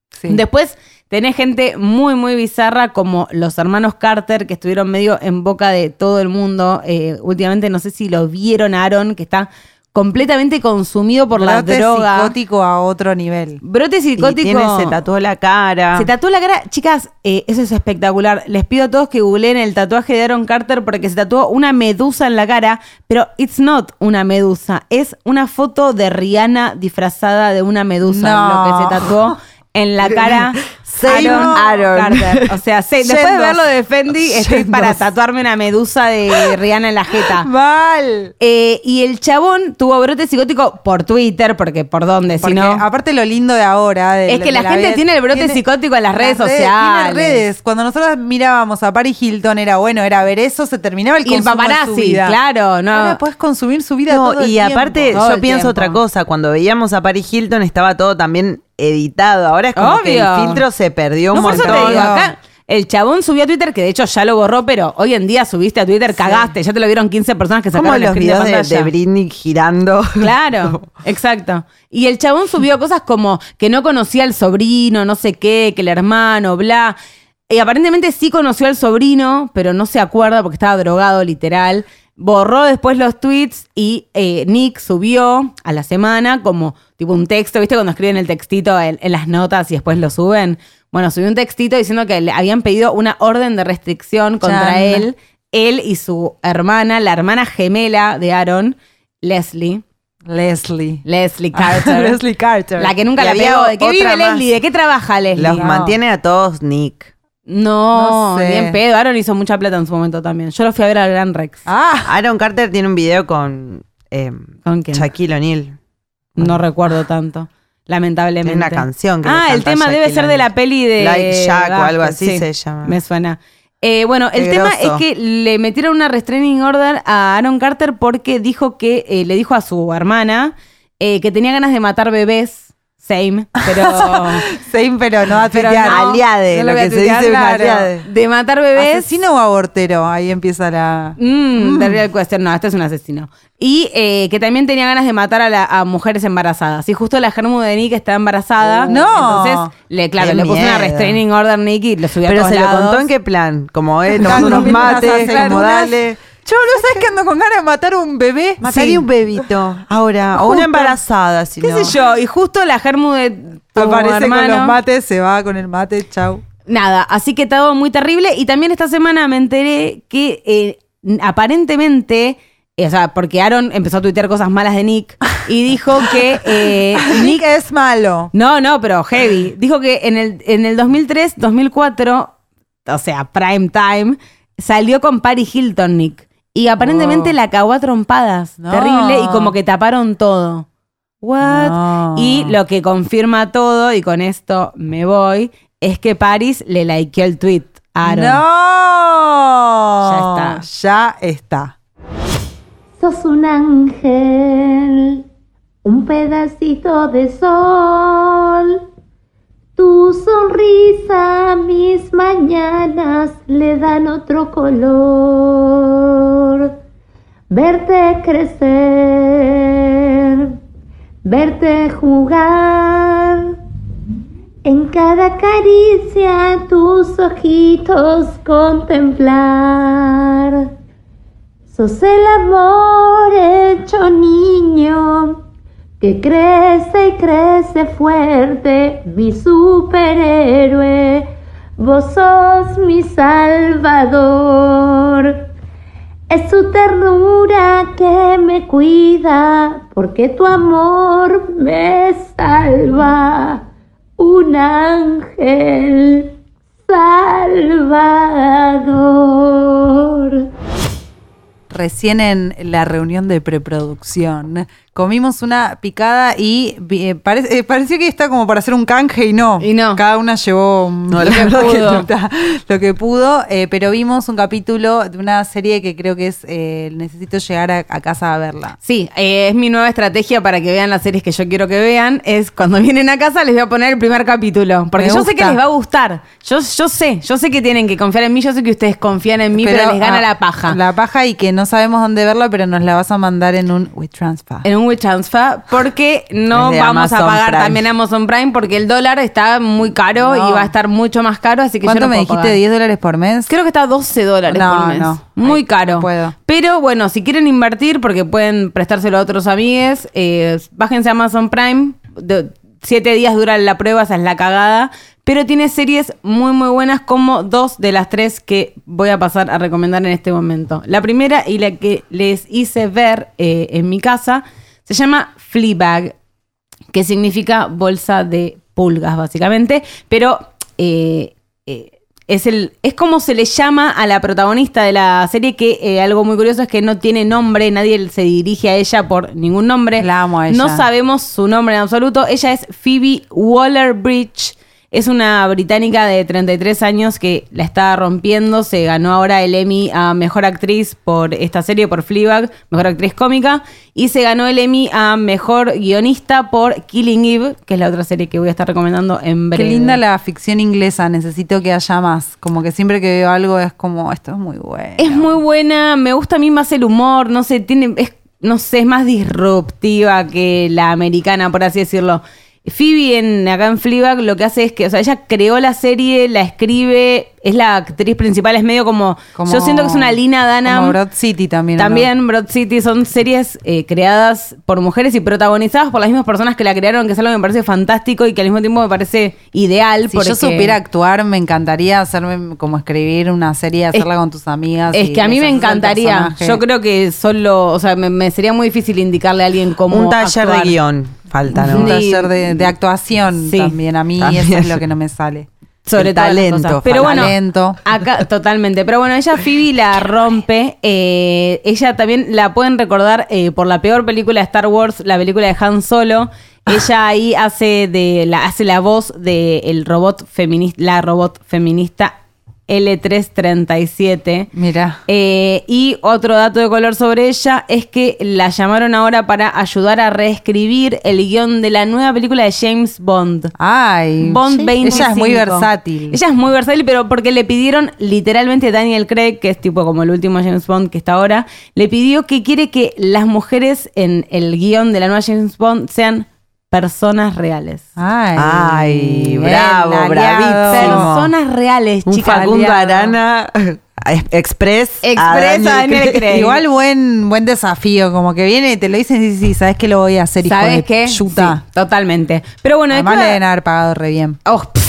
Sí.
Después tenés gente muy, muy bizarra como los hermanos Carter, que estuvieron medio en boca de todo el mundo. Eh, últimamente no sé si lo vieron, Aaron, que está completamente consumido por la
Brote
droga.
psicótico a otro nivel.
Brote
Y
psicótico.
tiene, se tatuó la cara.
Se tatuó la cara. Chicas, eh, eso es espectacular. Les pido a todos que googleen el tatuaje de Aaron Carter porque se tatuó una medusa en la cara, pero it's not una medusa. Es una foto de Rihanna disfrazada de una medusa,
No.
lo que se tatuó en la
*laughs*
cara.
Same Aaron.
Carter. O sea, se- después de
Yendos.
verlo de Fendi, estoy para
Yendos.
tatuarme una medusa de Rihanna en la
*laughs*
jeta.
Mal.
Eh, y el chabón tuvo brote psicótico por Twitter, porque por dónde, si
Porque
no.
aparte lo lindo de ahora. de-
Es que
de
la gente
vida-
tiene el brote psicótico en las redes
Tiene
sociales.
redes. Cuando nosotros mirábamos a Paris Hilton era bueno, era ver eso, se terminaba el
Y el
consumo de su
paparazzi,
vida.
claro, no.
Ahora puedes consumir su vida
No,
todo el
y
tiempo.
aparte,
Todo
yo
el
pienso
tiempo.
otra cosa. Cuando veíamos a Paris Hilton estaba todo también editado. Ahora es como que el
Obvio.
filtro se perdió un
No, por eso
montón.
te digo, acá el chabón subió a Twitter, que de hecho ya lo borró, pero hoy en día subiste a Twitter, cagaste, ya te lo vieron 15 personas que
como
sacaron el
los
screen de
videos de,
pantalla.
de Britney girando. *laughs*
Claro, exacto. Y el chabón subió cosas como que no conocía al sobrino, no sé qué, que el hermano, bla. Y aparentemente sí conoció al sobrino, pero no se acuerda porque estaba drogado, literal. Borró después los tweets y eh, Nick subió a la semana como tipo un texto, ¿viste? Cuando escriben el textito en, en las notas y después lo suben. Bueno, subió un textito diciendo que le habían pedido una orden de restricción contra
Chan.
él, él y su hermana, la hermana gemela de Aaron, Leslie.
Leslie. *laughs*
Leslie *laughs* Carter.
Leslie Carter.
La que nunca
Y
la
había
pegó. ¿De qué
otra
vive
más.
Leslie? ¿De qué trabaja Leslie?
*laughs* Los mantiene a todos Nick.
No,
No sé.
bien pedo. Aaron hizo mucha plata en su momento también. Yo lo fui a ver al Gran Rex.
Ah,
Aaron Carter tiene un video con eh,
¿Con quién?
Shaquille O'Neal.
No recuerdo tanto. Lamentablemente.
Tiene una canción que le
Ah, el
canta
tema debe
Shaquille
ser de la
O'Neal.
peli de.
Like Shaq o
Basket,
algo así se llama.
Me suena. Eh, bueno, el
Qué
tema
groso.
es que le metieron una restraining order a Aaron Carter porque dijo que eh, le dijo a su hermana eh, que tenía ganas de matar bebés. Same,
*laughs*
pero.
same, pero no a
Pero
tuitear.
no,
aliade,
no
lo
voy a
que se
tuitear,
dice, una
claro.
aliade.
de matar bebés.
¿Asesino o abortero? Ahí empieza la...
Mm, the real question. No, este es un asesino. Y eh, que también tenía ganas de matar a, la- a mujeres embarazadas. Y justo la Germu de Nick está embarazada.
Uh, no.
Entonces, le, claro,
Oh. Qué
le puso una
miedo.
restraining order Nick y lo subió a
Pero
todos
se lo
lados.
contó en qué plan. Como, eh,
Están
tomando unos
comiendo unas
mates, como
aceitunas.
dale.
Yo no sabes que ando con ganas de matar un bebé.
Mataría
Sí.
un bebito.
Ah,
Ahora, o
Justo.
una embarazada, si
¿Qué
no.
sé yo? Y justo la Germu de tu
Aparece con
hermano.
los mates, se va con el mate, chau.
Nada, así que todo muy terrible. Y también esta semana me enteré que eh, aparentemente, eh, o sea, porque Aaron empezó a tuitear cosas malas de Nick y dijo que eh,
Nick es malo.
No, no, pero heavy. Dijo que en el, en el 2003, 2004, o sea, prime time, salió con Paris Hilton, Nick. Y aparentemente
Wow.
la cagó a trompadas.
Oh. No.
Terrible. Y como que taparon todo. What?
No.
Y lo que confirma todo, y con esto me voy, es que Paris le likeó el tweet a Aaron.
¡No!
Ya
está. Ya está.
Sos un ángel, un pedacito de sol. Tu sonrisa a mis mañanas le dan otro color. Verte crecer, verte jugar. En cada caricia tus ojitos contemplar. Sos el amor hecho niño que crece y crece fuerte, mi superhéroe. Vos sos mi salvador. Es tu ternura que me cuida, porque tu amor me salva. Un ángel salvador.
Recién en la reunión de preproducción comimos una picada y vi- eh, parece- eh, parecía que está como para hacer un canje y no.
Y no.
Cada una llevó un-
No, lo que pudo.
*laughs* lo que pudo, eh, pero vimos un capítulo de una serie que creo que es eh, Necesito llegar a, a casa a verla.
Sí, eh, es mi nueva estrategia para que vean las series que yo quiero que vean. Es cuando *laughs* vienen a casa les voy a poner el primer capítulo. Porque
Me
yo sé
gusta.
que les va a gustar. Yo, yo sé, yo sé que tienen que confiar en mí, yo sé que ustedes confían en mí, pero, les gana
ah,
la paja.
La paja y que no sabemos dónde verla, pero nos la vas a mandar en un WeTransfer.
En un Ningún transfer porque no
Es de
vamos a
Amazon
pagar
Prime.
también Amazon Prime porque el dólar está muy caro
No.
y va a estar mucho más caro, así que yo
¿Cuánto
no
me
puedo
dijiste?
pagar.
¿10 dólares por mes?
Creo que está a 12 dólares
No,
por mes.
no.
Muy
Ay,
caro.
no puedo.
Pero bueno, si quieren invertir, porque pueden prestárselo a otros amigues, eh, bájense a Amazon Prime. De- siete días dura la prueba, esa es la cagada. Pero tiene series muy, muy buenas, como dos de las tres que voy a pasar a recomendar en este momento. La primera y la que les hice ver eh, en mi casa se llama Fleabag que significa bolsa de pulgas, básicamente. Pero eh, eh, es, el, es como se le llama a la protagonista de la serie, que eh, algo muy curioso es que no tiene nombre, nadie se dirige a ella por ningún nombre.
La amo a ella.
No sabemos su nombre en absoluto. Ella es Phoebe Waller-Bridge. Es una británica de 33 años que la está rompiendo. Se ganó ahora el Emmy a Mejor Actriz por esta serie, por Fleabag, Mejor Actriz Cómica. Y se ganó el Emmy a Mejor Guionista por Killing Eve, que es la otra serie que voy a estar recomendando en
Qué
breve.
linda la ficción inglesa, necesito que haya más. Como que siempre que veo algo es como, esto es muy bueno.
Es muy buena, me gusta a mí más el humor, no sé, tiene, es, no sé, es más disruptiva que la americana, por así decirlo. Phoebe en, acá en Fleabag lo que hace es que, o sea, ella creó la serie, la escribe, es la actriz principal, es medio como,
Como-
yo siento que es una Lina Dana.
Como Broad City también. ¿o no?
También Broad City son series eh, creadas por mujeres y protagonizadas por las mismas personas que la crearon, que es algo que me parece fantástico y que al mismo tiempo me parece ideal.
Si yo
porque-
supiera actuar, me encantaría hacerme como escribir una serie, hacerla con tus amigas.
Es
y
que a mí
les
me
haces el
encantaría.
personaje.
Yo creo que solo, o sea, me, me sería muy difícil indicarle a alguien cómo.
Un taller
actuar.
de guión. Falta,
un
¿no?
Sí.
taller de, de actuación
Sí.
también. A mí
También.
eso es lo que no me sale.
Sobre
El
todas las
talento,
cosas. Pero bueno,
talento.
*laughs*
acá totalmente. Pero bueno, ella Phoebe la rompe. Eh, ella también la pueden recordar eh, por la peor película de Star Wars, la película de Han Solo.
Ah.
Ella ahí hace de la hace la voz de el robot feminista, la robot feminista L337.
Mira.
Eh, y otro dato de color sobre ella es que la llamaron ahora para ayudar a reescribir el guión de la nueva película de James Bond.
Ay.
Bond
Mm, sí.
25.
Ella es muy versátil.
Ella es muy versátil, pero porque le pidieron literalmente Daniel Craig, que es tipo como el último James Bond que está ahora, le pidió que quiere que las mujeres en el guión de la nueva James Bond sean personas reales.
Ay,
Ay,
el
bravo,
aliado.
bravísimo.
Personas reales,
Un
chicas.
Facundo
aliado.
Arana *laughs* eh, Express. a
Express a Daniel
*laughs*
Craig.
Igual buen, buen desafío, como que viene y te lo dicen y sí, sí, sabes que lo voy a hacer, hijo
¿Sabes
de
qué?
yuta.
Sí, totalmente. Pero bueno,
Además le
después-
deben haber pagado re bien.
Oh, pff,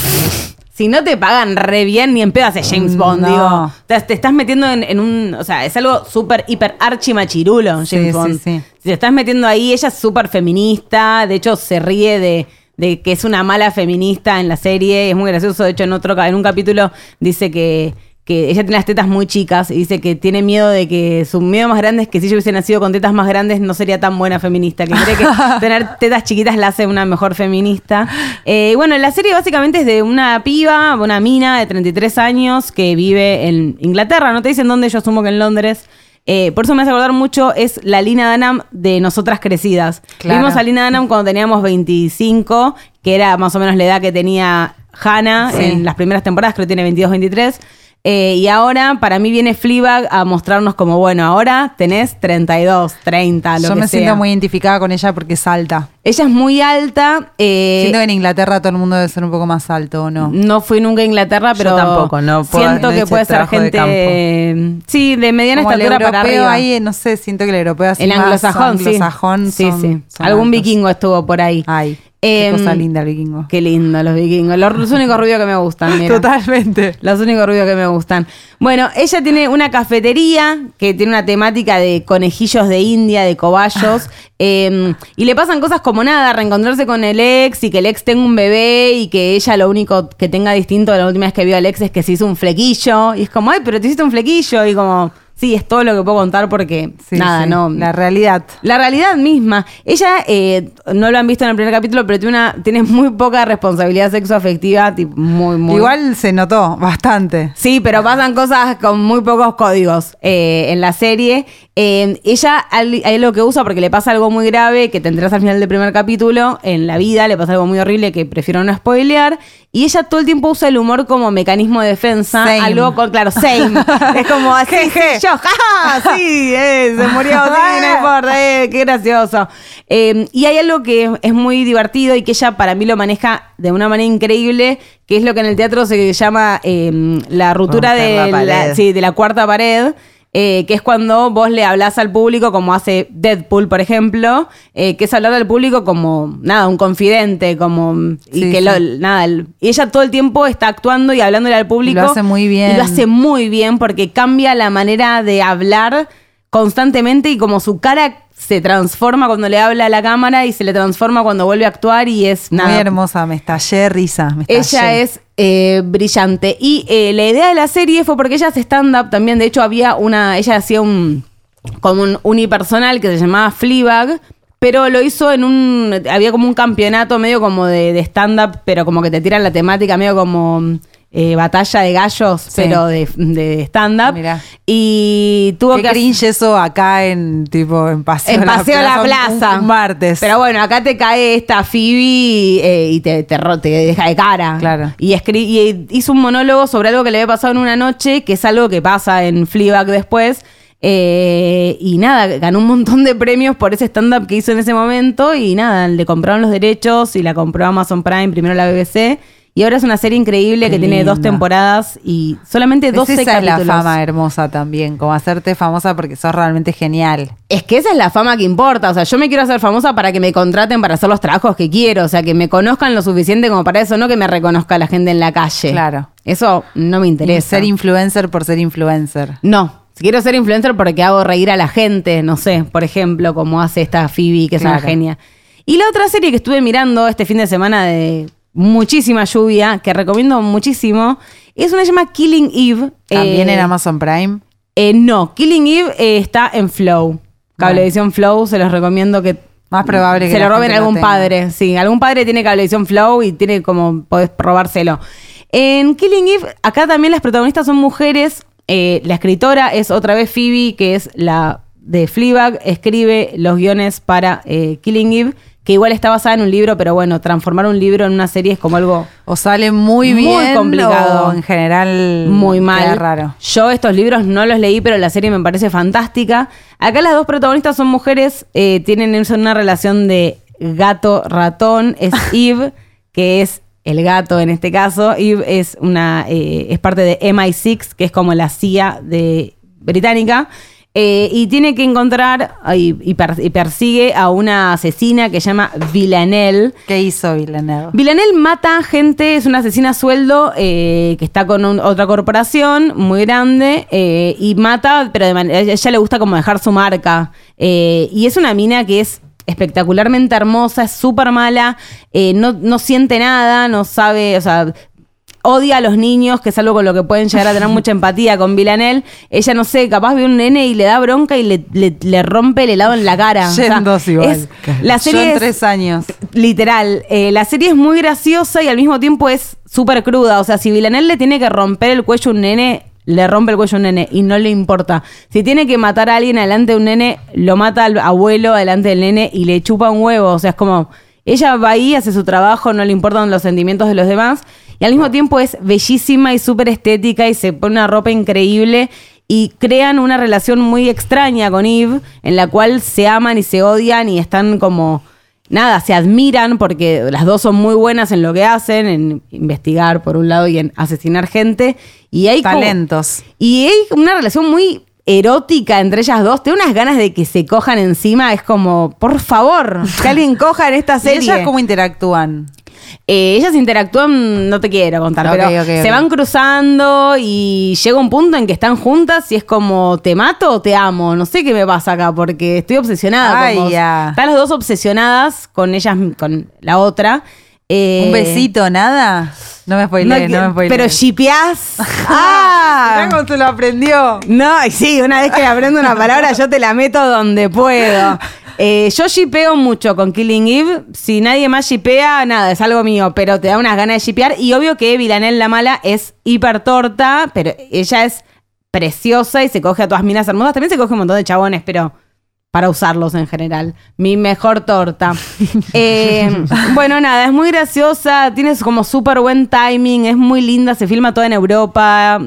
si no te pagan re bien, ni en pedo hace James Bond,
Mm, No.
digo. O sea, te estás metiendo en, en un. O sea, es algo súper, hiper archimachirulo, James
Sí, sí,
Bond.
sí.
Si te estás metiendo ahí, ella es súper feminista. De hecho, se ríe de, de que es una mala feminista en la serie. Es muy gracioso. De hecho, en, otro, ca- en un capítulo dice que. Que ella tiene las tetas muy chicas y dice que tiene miedo de que su miedo más grande es que si ella hubiese nacido con tetas más grandes no sería tan buena feminista. Que cree que tener tetas chiquitas la hace una mejor feminista. Eh, y bueno, la serie básicamente es de una piba, una mina de 33 años que vive en Inglaterra. No te dicen dónde, yo asumo que en Londres. Eh, por eso me hace acordar mucho, es la Lina Dunham de Nosotras Crecidas.
Claro.
Vimos a Lina Dunham cuando teníamos 25, que era más o menos la edad que tenía Hannah
Sí.
en las primeras temporadas, creo que tiene 22, 23. Eh, y ahora, para mí, viene Fleabag a mostrarnos como, bueno, ahora tenés 32, 30, lo
Yo
que
me
sea.
siento muy identificada con ella porque es alta.
Ella es muy alta. eh,
siento que en Inglaterra todo el mundo debe ser un poco más alto, ¿o no?
No fui nunca a Inglaterra,
Yo
pero
tampoco, no puedo-
siento
no
que
hice
puede ser
trabajo de
gente,
campo.
eh, sí, de mediana
Como el
estatura para
europeo
arriba.
ahí, eh, no sé, siento que el europeo así
el
más
anglosajón, sí.
anglosajón
sí,
son-
sí.
son
Algún
altos. Ah.
vikingo estuvo por ahí.
Ay, qué
Em,
cosa linda el vikingo.
Qué lindo los vikingos. Los, los únicos rubios que me gustan. mira.
Totalmente.
Los únicos rubios que me gustan. Bueno, ella tiene una cafetería que tiene una temática de conejillos de India,
*laughs*
de cobayos. eh, y le pasan cosas como nada, reencontrarse con el ex y que el ex tenga un bebé y que ella lo único que tenga distinto de la última vez que vio al ex es que se hizo un flequillo. Y es como, ay, pero te hiciste un flequillo. Y como, sí, es todo lo que puedo contar porque
Sí,
nada,
sí,
no.
La realidad.
La realidad misma. Ella, eh, no lo han visto en el primer capítulo, pero tiene, una, tiene muy poca responsabilidad sexoafectiva, tipo, muy, muy.
Igual se notó bastante.
Sí, pero pasan cosas con muy pocos códigos eh, en la serie. Eh, ella al- hay lo que usa porque le pasa algo muy grave que tendrás al final del primer capítulo. En la vida le pasa algo muy horrible que prefiero no spoilear. Y ella todo el tiempo usa el humor como mecanismo de defensa.
Same. *laughs*
Algo con, claro, same. es como así.
Jeje.
sí, yo, *laughs* murió. ¡Ja, ja! Sí, eh, se murió.
*laughs*
sí, no importa. eh, qué gracioso. Eh, y hay algo que es, es muy divertido y que ella para mí lo maneja de una manera increíble, que es lo que en el teatro se llama eh, la ruptura
Romper la
de
pared.
la, sí, de la cuarta pared. eh, que es cuando vos le hablas al público, como hace Deadpool, por ejemplo, eh, que es hablar al público como, nada, un confidente, como. mm, Y
Sí,
que
sí.
lo- nada, el- y ella todo el tiempo está actuando y hablándole al público.
Lo hace muy bien.
Y lo hace muy bien porque cambia la manera de hablar constantemente y como su cara se transforma cuando le habla a la cámara y se le transforma cuando vuelve a actuar y es nada.
Muy hermosa, me estallé risa. me
Ella
estallé.
es eh, brillante. Y eh, la idea de la serie fue porque ella hace stand-up también. De hecho, había una. Ella hacía un. como un unipersonal que se llamaba Fleabag. Pero lo hizo en un. Había como un campeonato medio como de, de stand-up, pero como que te tiran la temática, medio como. eh, batalla de gallos, pero de, de stand-up.
Mirá.
Y tuvo
Qué
que.
cringe eso acá en tipo en paseo,
En
a la
Paseo a la
Plaza, un-
Plaza.
un martes.
Pero bueno, acá te cae esta Phoebe eh, y te, te, ro- te deja de cara.
Claro.
Y, escri- y hizo un monólogo sobre algo que le había pasado en una noche, que es algo que pasa en Fleabag después. Eh, y nada, ganó un montón de premios por ese stand-up que hizo en ese momento. Y nada, le compraron los derechos y la compró Amazon Prime, primero la BBC. Y ahora es una serie increíble
Qué
que tiene dos
linda.
temporadas y solamente
Es
12
esa es la
capítulos.
fama hermosa también, como hacerte famosa porque sos realmente genial.
Es que esa es la fama que importa. O sea, yo me quiero hacer famosa para que me contraten para hacer los trabajos que quiero. O sea, que me conozcan lo suficiente como para eso, no que me reconozca la gente en la calle.
Claro.
Eso no me
Y
interesa.
Ser influencer por ser influencer.
no. Si Quiero ser influencer porque hago reír a la gente, no sé, por ejemplo, como hace esta Phoebe, que es una
Claro.
genia. Y la otra serie que estuve mirando este fin de semana de muchísima lluvia, que recomiendo muchísimo, es una que se llama Killing Eve.
También
Eh,
en Amazon Prime.
eh, no, Killing Eve eh, está en Flow. Cablevisión Flow, se los recomiendo que.
Más probable que
mm, Se
la
lo roben
gente
a
lo
algún
tenga.
padre. Sí, algún padre tiene Cablevisión Flow y tiene como. podés robárselo. En Killing Eve, acá también las protagonistas son mujeres. Eh, la escritora es otra vez Phoebe, que es la de Fleabag, escribe los guiones para eh, Killing Eve, que igual está basada en un libro, pero bueno, transformar un libro en una serie es como algo
O sale muy
Muy
bien.
complicado.
o en general.
muy
queda
mal.
raro.
Yo estos libros no los leí, pero la serie me parece fantástica. Acá las dos protagonistas son mujeres, eh, tienen eso, una relación de gato-ratón.
*laughs*
Es Eve, que es el gato en este caso. Eve es, una, eh, es parte de MI6, que es como la CIA de británica. eh, y tiene que encontrar y, y per- y persigue a una asesina que se llama Villanelle,
¿Qué hizo Villeneuve?
Villanelle mata gente, es una asesina a sueldo eh, que está con un- otra corporación muy grande eh, y mata, pero de manera, ella le gusta como dejar su marca. Eh, y es una mina que es espectacularmente hermosa, es súper mala, eh, no, no siente nada, no sabe, o sea, odia a los niños, que es algo con lo que pueden llegar
*laughs*
a tener mucha empatía con Villanelle. Ella, no sé, capaz ve un nene y le da bronca y le, le- le rompe el helado en la cara. O sea,
Yendo, sí, vale.
es- la
Yo
serie
en
es-
tres años.
Literal, eh, la serie es muy graciosa y al mismo tiempo es súper cruda. O sea, si Villanelle le tiene que romper el cuello a un nene, le rompe el cuello a un nene y no le importa. Si tiene que matar a alguien delante de un nene, lo mata al abuelo delante del nene y le chupa un huevo. O sea, es como, ella va ahí, hace su trabajo, no le importan los sentimientos de los demás. Y al mismo tiempo es bellísima y súper estética y se pone una ropa increíble y crean una relación muy extraña con Eve, en la cual se aman y se odian y están como nada, se admiran porque las dos son muy buenas en lo que hacen, en investigar por un lado y en asesinar gente. Y hay como-
Talentos.
y hay una relación muy erótica entre ellas dos. Tengo unas ganas de que se cojan encima. Es como, por favor, que alguien coja en
*laughs*
esta
¿Y
serie.
ellas cómo interactúan?
Eh, ellas interactúan, no te quiero contar,
Ok,
pero
ok, ok.
se van cruzando y llega un punto en que están juntas y es como, ¿te mato o te amo? No sé qué me pasa acá porque estoy obsesionada.
Ay,
con vos.
ya.
Están las dos obsesionadas con ellas, con la otra. Eh,
¿Un besito, nada? No me
no,
spoilees, no, me spoilees. *laughs*
pero shipeás. *laughs*
Mirá
¡Ah!
cómo se lo aprendió.
No, y sí, una vez que aprendo una palabra, yo te la meto donde puedo. Eh, yo shipeo mucho con Killing Eve. Si nadie más shipea, nada, es algo mío, pero te da unas ganas de shipear. Y obvio que Villanelle la mala es hiper torta, pero ella es preciosa y se coge a todas minas hermosas. También se coge un montón de chabones, pero para usarlos en general. Mi
*laughs*
mejor torta. Eh, bueno, nada, es muy graciosa, tienes como súper buen timing, es muy linda, se filma toda en Europa,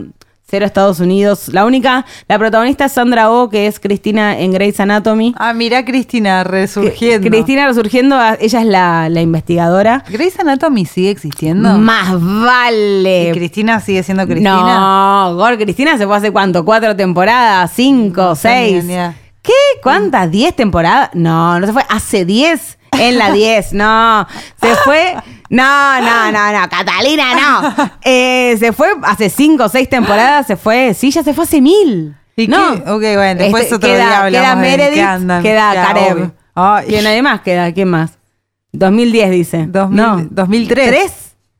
Cero Estados Unidos. La única, la protagonista es Sandra Oh, que es Cristina en Grey's Anatomy.
Ah, mirá Cristina resurgiendo.
Cristina resurgiendo, a- ella es la, la investigadora.
Grey's Anatomy sigue existiendo.
Más
¿Y
vale.
Cristina sigue siendo Cristina.
eh, No, Gor Cristina se fue hace cuánto, cuatro temporadas, cinco, seis.
ni idea.
¿Qué? ¿Cuántas? ¿Diez temporadas? No, no se fue. Hace diez. En la diez, no. Se fue. No, no, no, no. Catalina, no. Eh, se fue hace cinco o seis temporadas, se fue. Sí, ya se fue hace mil.
¿Y
no. Este,
qué? Ok, bueno, después otro
queda,
día hablamos
Queda
de en qué
Meredith,
andan.
queda
Ya,
Karev.
obvio. Ay.
¿Quién nadie más queda? ¿Quién más? 2010 dice.
2000,
no.
2003.
¿Tres?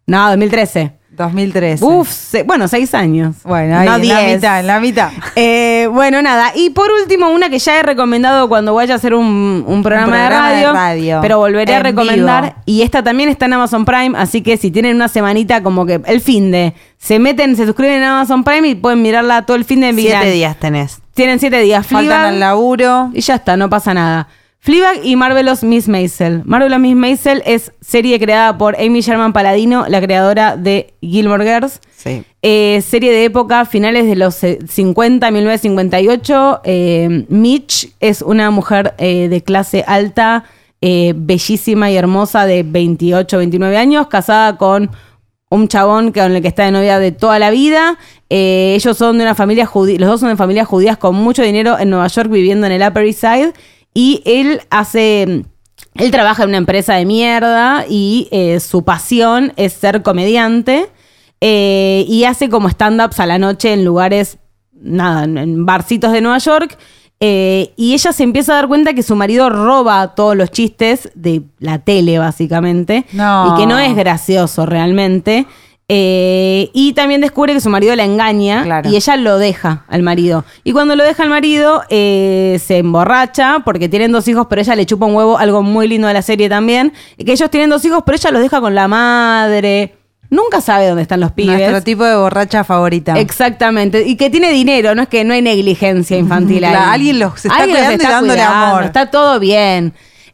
No, 2013.
2013.
Uf, se- bueno, seis años.
Bueno, ahí
No
en la
diez.
mitad, en la mitad.
Eh, bueno, nada. Y por último, una que ya he recomendado cuando vaya a hacer un, un programa,
programa
de, radio,
de radio.
Pero volveré a
En
recomendar.
vivo.
Y esta también está en Amazon Prime. Así que si tienen una semanita, como que el fin de. Se meten, se suscriben en Amazon Prime y pueden mirarla todo el fin de
Siete
mirán.
días tenés.
Tienen siete días.
Faltan
Fleabag,
al laburo.
y ya está, no pasa nada. Fleabag y Marvelous Miss Maisel. Marvelous Miss Maisel es serie creada por Amy Sherman Paladino, la creadora de Gilmore Girls.
Sí.
Eh, serie de época, finales de los eh, 50, 1958. Eh, Mitch es una mujer eh, de clase alta, eh, bellísima y hermosa, de 28, 29 años, casada con un chabón que- con el que está de novia de toda la vida. Eh, ellos son de una familia judía, los dos son de familias judías con mucho dinero en Nueva York, viviendo en el Upper East Side. Y él hace. Él trabaja en una empresa de mierda y eh, su pasión es ser comediante. Eh, y hace como stand-ups a la noche en lugares, nada, en, en barcitos de Nueva York. Eh, y ella se empieza a dar cuenta que su marido roba todos los chistes de la tele, básicamente.
No.
Y que no es gracioso realmente. Eh, y también descubre que su marido la engaña
Claro.
y ella lo deja al marido. Y cuando lo deja al marido, eh, se emborracha porque tienen dos hijos, pero ella le chupa un huevo, algo muy lindo de la serie también. Que ellos tienen dos hijos, pero ella los deja con la madre. Nunca sabe dónde están los pibes.
Nuestro tipo de borracha favorita.
Exactamente. Y que tiene dinero, no es que no hay negligencia infantil ahí.
Claro, alguien los está cuidando y dándole amor.
Está todo bien.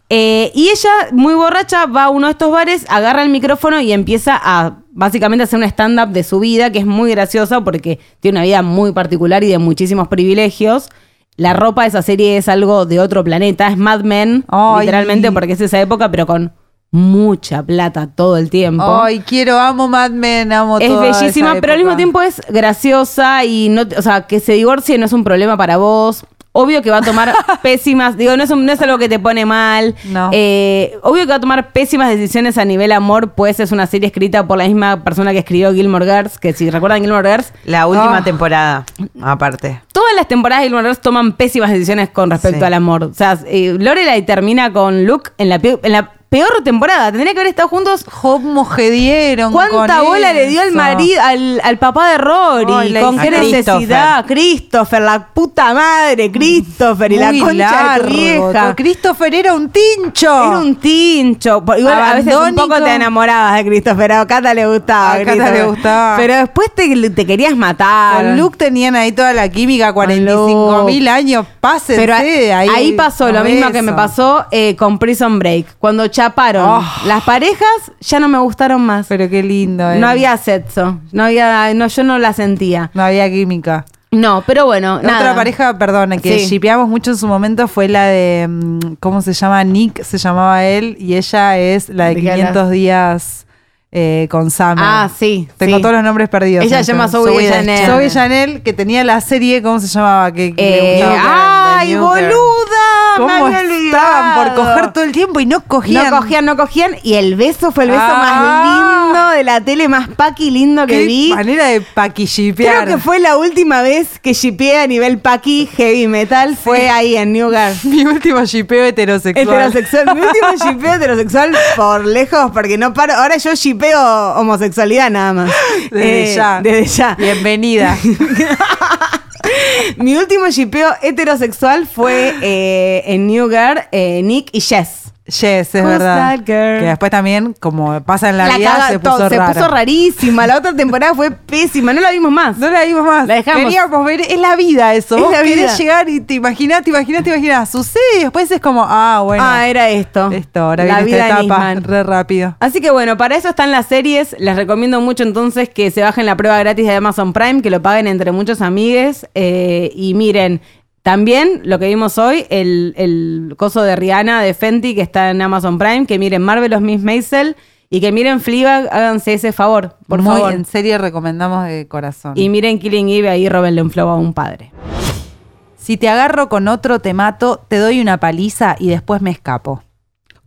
Eh, y ella, muy borracha, va a uno de estos bares, agarra el micrófono y empieza a básicamente hacer un stand-up de su vida, que es muy graciosa porque tiene una vida muy particular y de muchísimos privilegios. La ropa de esa serie es algo de otro planeta, es Mad Men,
Ay.
literalmente, porque es esa época, pero con mucha plata todo el tiempo.
Ay, quiero, amo Mad Men, amo
Es
toda esa
bellísima, pero al
época.
mismo tiempo es graciosa y no, te- o sea, que se divorcie no es un problema para vos. Obvio que va
*laughs*
a tomar pésimas, digo, no es, un- no es algo que te pone mal.
No.
Eh, obvio que va a tomar pésimas decisiones a nivel amor, pues es una serie escrita por la misma persona que escribió Gilmore Girls, que si recuerdan Gilmore Girls,
La última
Ah.
temporada, aparte.
todas las temporadas de Gilmore Girls toman pésimas decisiones con respecto
Sí.
al amor. O sea, eh, Lorelai termina con Luke en la, pe- en la peor temporada. Tendría que haber estado juntos
Job mojedieron.
¿Cuánta
con
bola le dio al
eso?
marido, al, al papá de Rory?
Ay, la
¿Con
hija
qué
de
necesidad? Christopher, la puta madre, Christopher y la
Muy
concha
largo.
de tu vieja.
Christopher era un tincho.
Era un tincho. Por- Igual a veces un
Abandónico.
poco te enamorabas de Christopher. A Cata le gustaba.
A Cata
Christopher.
le gustaba.
Pero después te, te querías matar.
Con Luke tenían ahí toda la química, 45 mil
Luke.
años, pásense.
Pero ahí,
ahí,
pasó lo
no
mismo que
beso.
me pasó eh, con Prison Break. Cuando chaparon
Oh.
las parejas, ya no me gustaron más.
Pero qué lindo, eh.
No había sexo. No había, no, yo no la sentía.
No había química.
No, pero bueno,
La
nada.
Otra pareja, perdón, que
Sí.
shipeamos mucho en su momento fue la de. mm, ¿Cómo se llama? Nick se llamaba él y ella es la de
¿De qué hablas?
500 días eh, con Sam.
Ah, sí,
Tengo
sí.
todos los nombres perdidos.
Ella se llama Zoe Deschanel.
Zoe Chanel, que tenía la serie, ¿cómo se llamaba? Que, que le
Eh,
gustaba.
¡Ay,
The New Girl.
boluda! me
¿Cómo
había
estaban por
olvidado.
coger todo el tiempo y no cogían?
No cogían, no cogían. Y el beso fue el beso
Ah.
más lindo de la tele, más paqui lindo que
Qué
vi.
manera de paquillipear.
Creo que fue la última vez que shipeé a nivel paqui heavy metal. Fue ahí en
*laughs*
New Girl.
*laughs* mi último shipeo heterosexual.
Heterosexual, mi
*laughs*
último shipeo heterosexual por lejos, porque no paro. Ahora yo shipeo homosexualidad nada más.
Desde
Eh,
ya.
Desde ya.
Bienvenida.
Mi último shipeo heterosexual fue eh, en New Girl, eh, Nick y Jess.
Yes, es
Who's
verdad.
that girl?
Que después también, como pasa en la,
La
vida,
caga-
se
todo,
puso
se
rara.
puso rarísima. La otra temporada fue pésima. No la vimos más.
No la vimos más.
La dejamos.
Queríamos ver, es la vida eso.
Es
Vos
la
querés
vida.
llegar y te imaginás, te imaginás, te imaginás. Sucede y después es como, ah, bueno.
ah, era esto.
Esto, ahora
la
viene
vida
esta
de
etapa
Nisman.
re rápido.
Así que bueno, para eso están las series. Les recomiendo mucho entonces que se bajen la prueba gratis de Amazon Prime, que lo paguen entre muchos amigues. eh, y miren, también lo que vimos hoy, el, el coso de Rihanna de Fenty que está en Amazon Prime, que miren Marvelous Miss Maisel y que miren Fleabag, háganse ese favor, por
Muy
favor.
en serio recomendamos de corazón.
Y miren Killing Eve, ahí robenle un flow a un padre.
si te agarro con otro, te mato, te doy una paliza y después me escapo.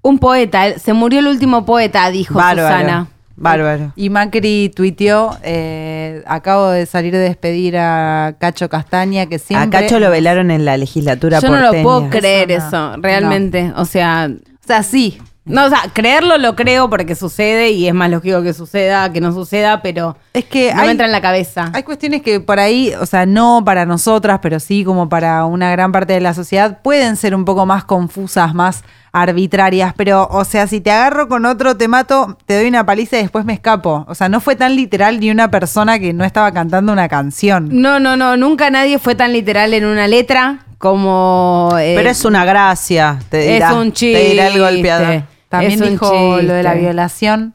Un poeta, eh, se murió el último poeta, dijo
Bárbaro.
Susana.
Bárbaro.
Y Macri tuiteó, eh, acabo de salir de despedir a Cacho Castaña, que siempre...
A Cacho lo velaron en la legislatura
Yo no lo
porteña.
puedo creer
Eso no.
eso, realmente. O sea,
O sea, sí,
No, o sea, creerlo lo creo porque sucede y es más lógico que suceda que no suceda, pero
es que
no
Eh, hay-
me entra en la cabeza.
Hay cuestiones que por ahí, o sea, no para nosotras, pero sí como para una gran parte de la sociedad, pueden ser un poco más confusas, más arbitrarias, pero, o sea, si te agarro con otro, te mato, te doy una paliza y después me escapo. O sea, no fue tan literal ni una persona que no estaba cantando una canción.
No, no, no, nunca nadie fue tan literal en una letra como... eh,
Pero es una gracia. Te
es
dirá,
un
Te dirá el
chiste.
golpeador.
También
Es un
dijo lo de la
chiste.
violación.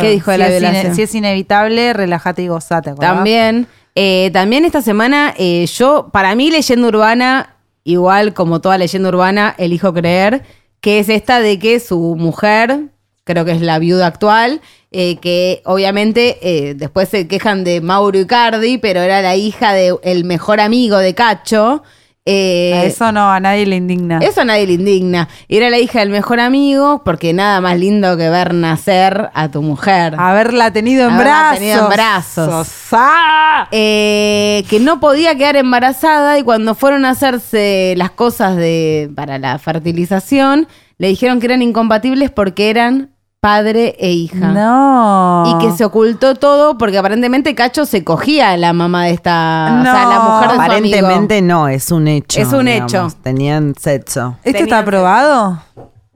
¿Qué dijo de
Si
la
es ine-
violación?
si es inevitable, relájate y gozate. ¿acordás?
También. Eh, también esta semana, eh, yo, para mí, leyenda urbana, igual como toda leyenda urbana, elijo creer, que es esta de que su mujer, creo que es la viuda actual, eh, que obviamente eh, después se quejan de Mauro Icardi, pero era la hija del mejor amigo de Cacho. eh,
A eso no, a nadie le indigna.
eso a nadie le indigna. Era la hija del mejor amigo, porque nada más lindo que ver nacer a tu mujer.
Ah, Haberla tenido en
Haberla
brazos.
tenido en brazos.
Sosá.
Eh, que no podía quedar embarazada y cuando fueron a hacerse las cosas de, para la fertilización, le dijeron que eran incompatibles porque eran padre e hija.
No.
Y que se ocultó todo porque aparentemente Cacho se cogía a la mamá de esta, o sea, a la
No.
mujer de su amigo.
Aparentemente no, es un hecho.
Es un
digamos.
hecho.
Tenían sexo.
¿Esto
Tenía-
está aprobado?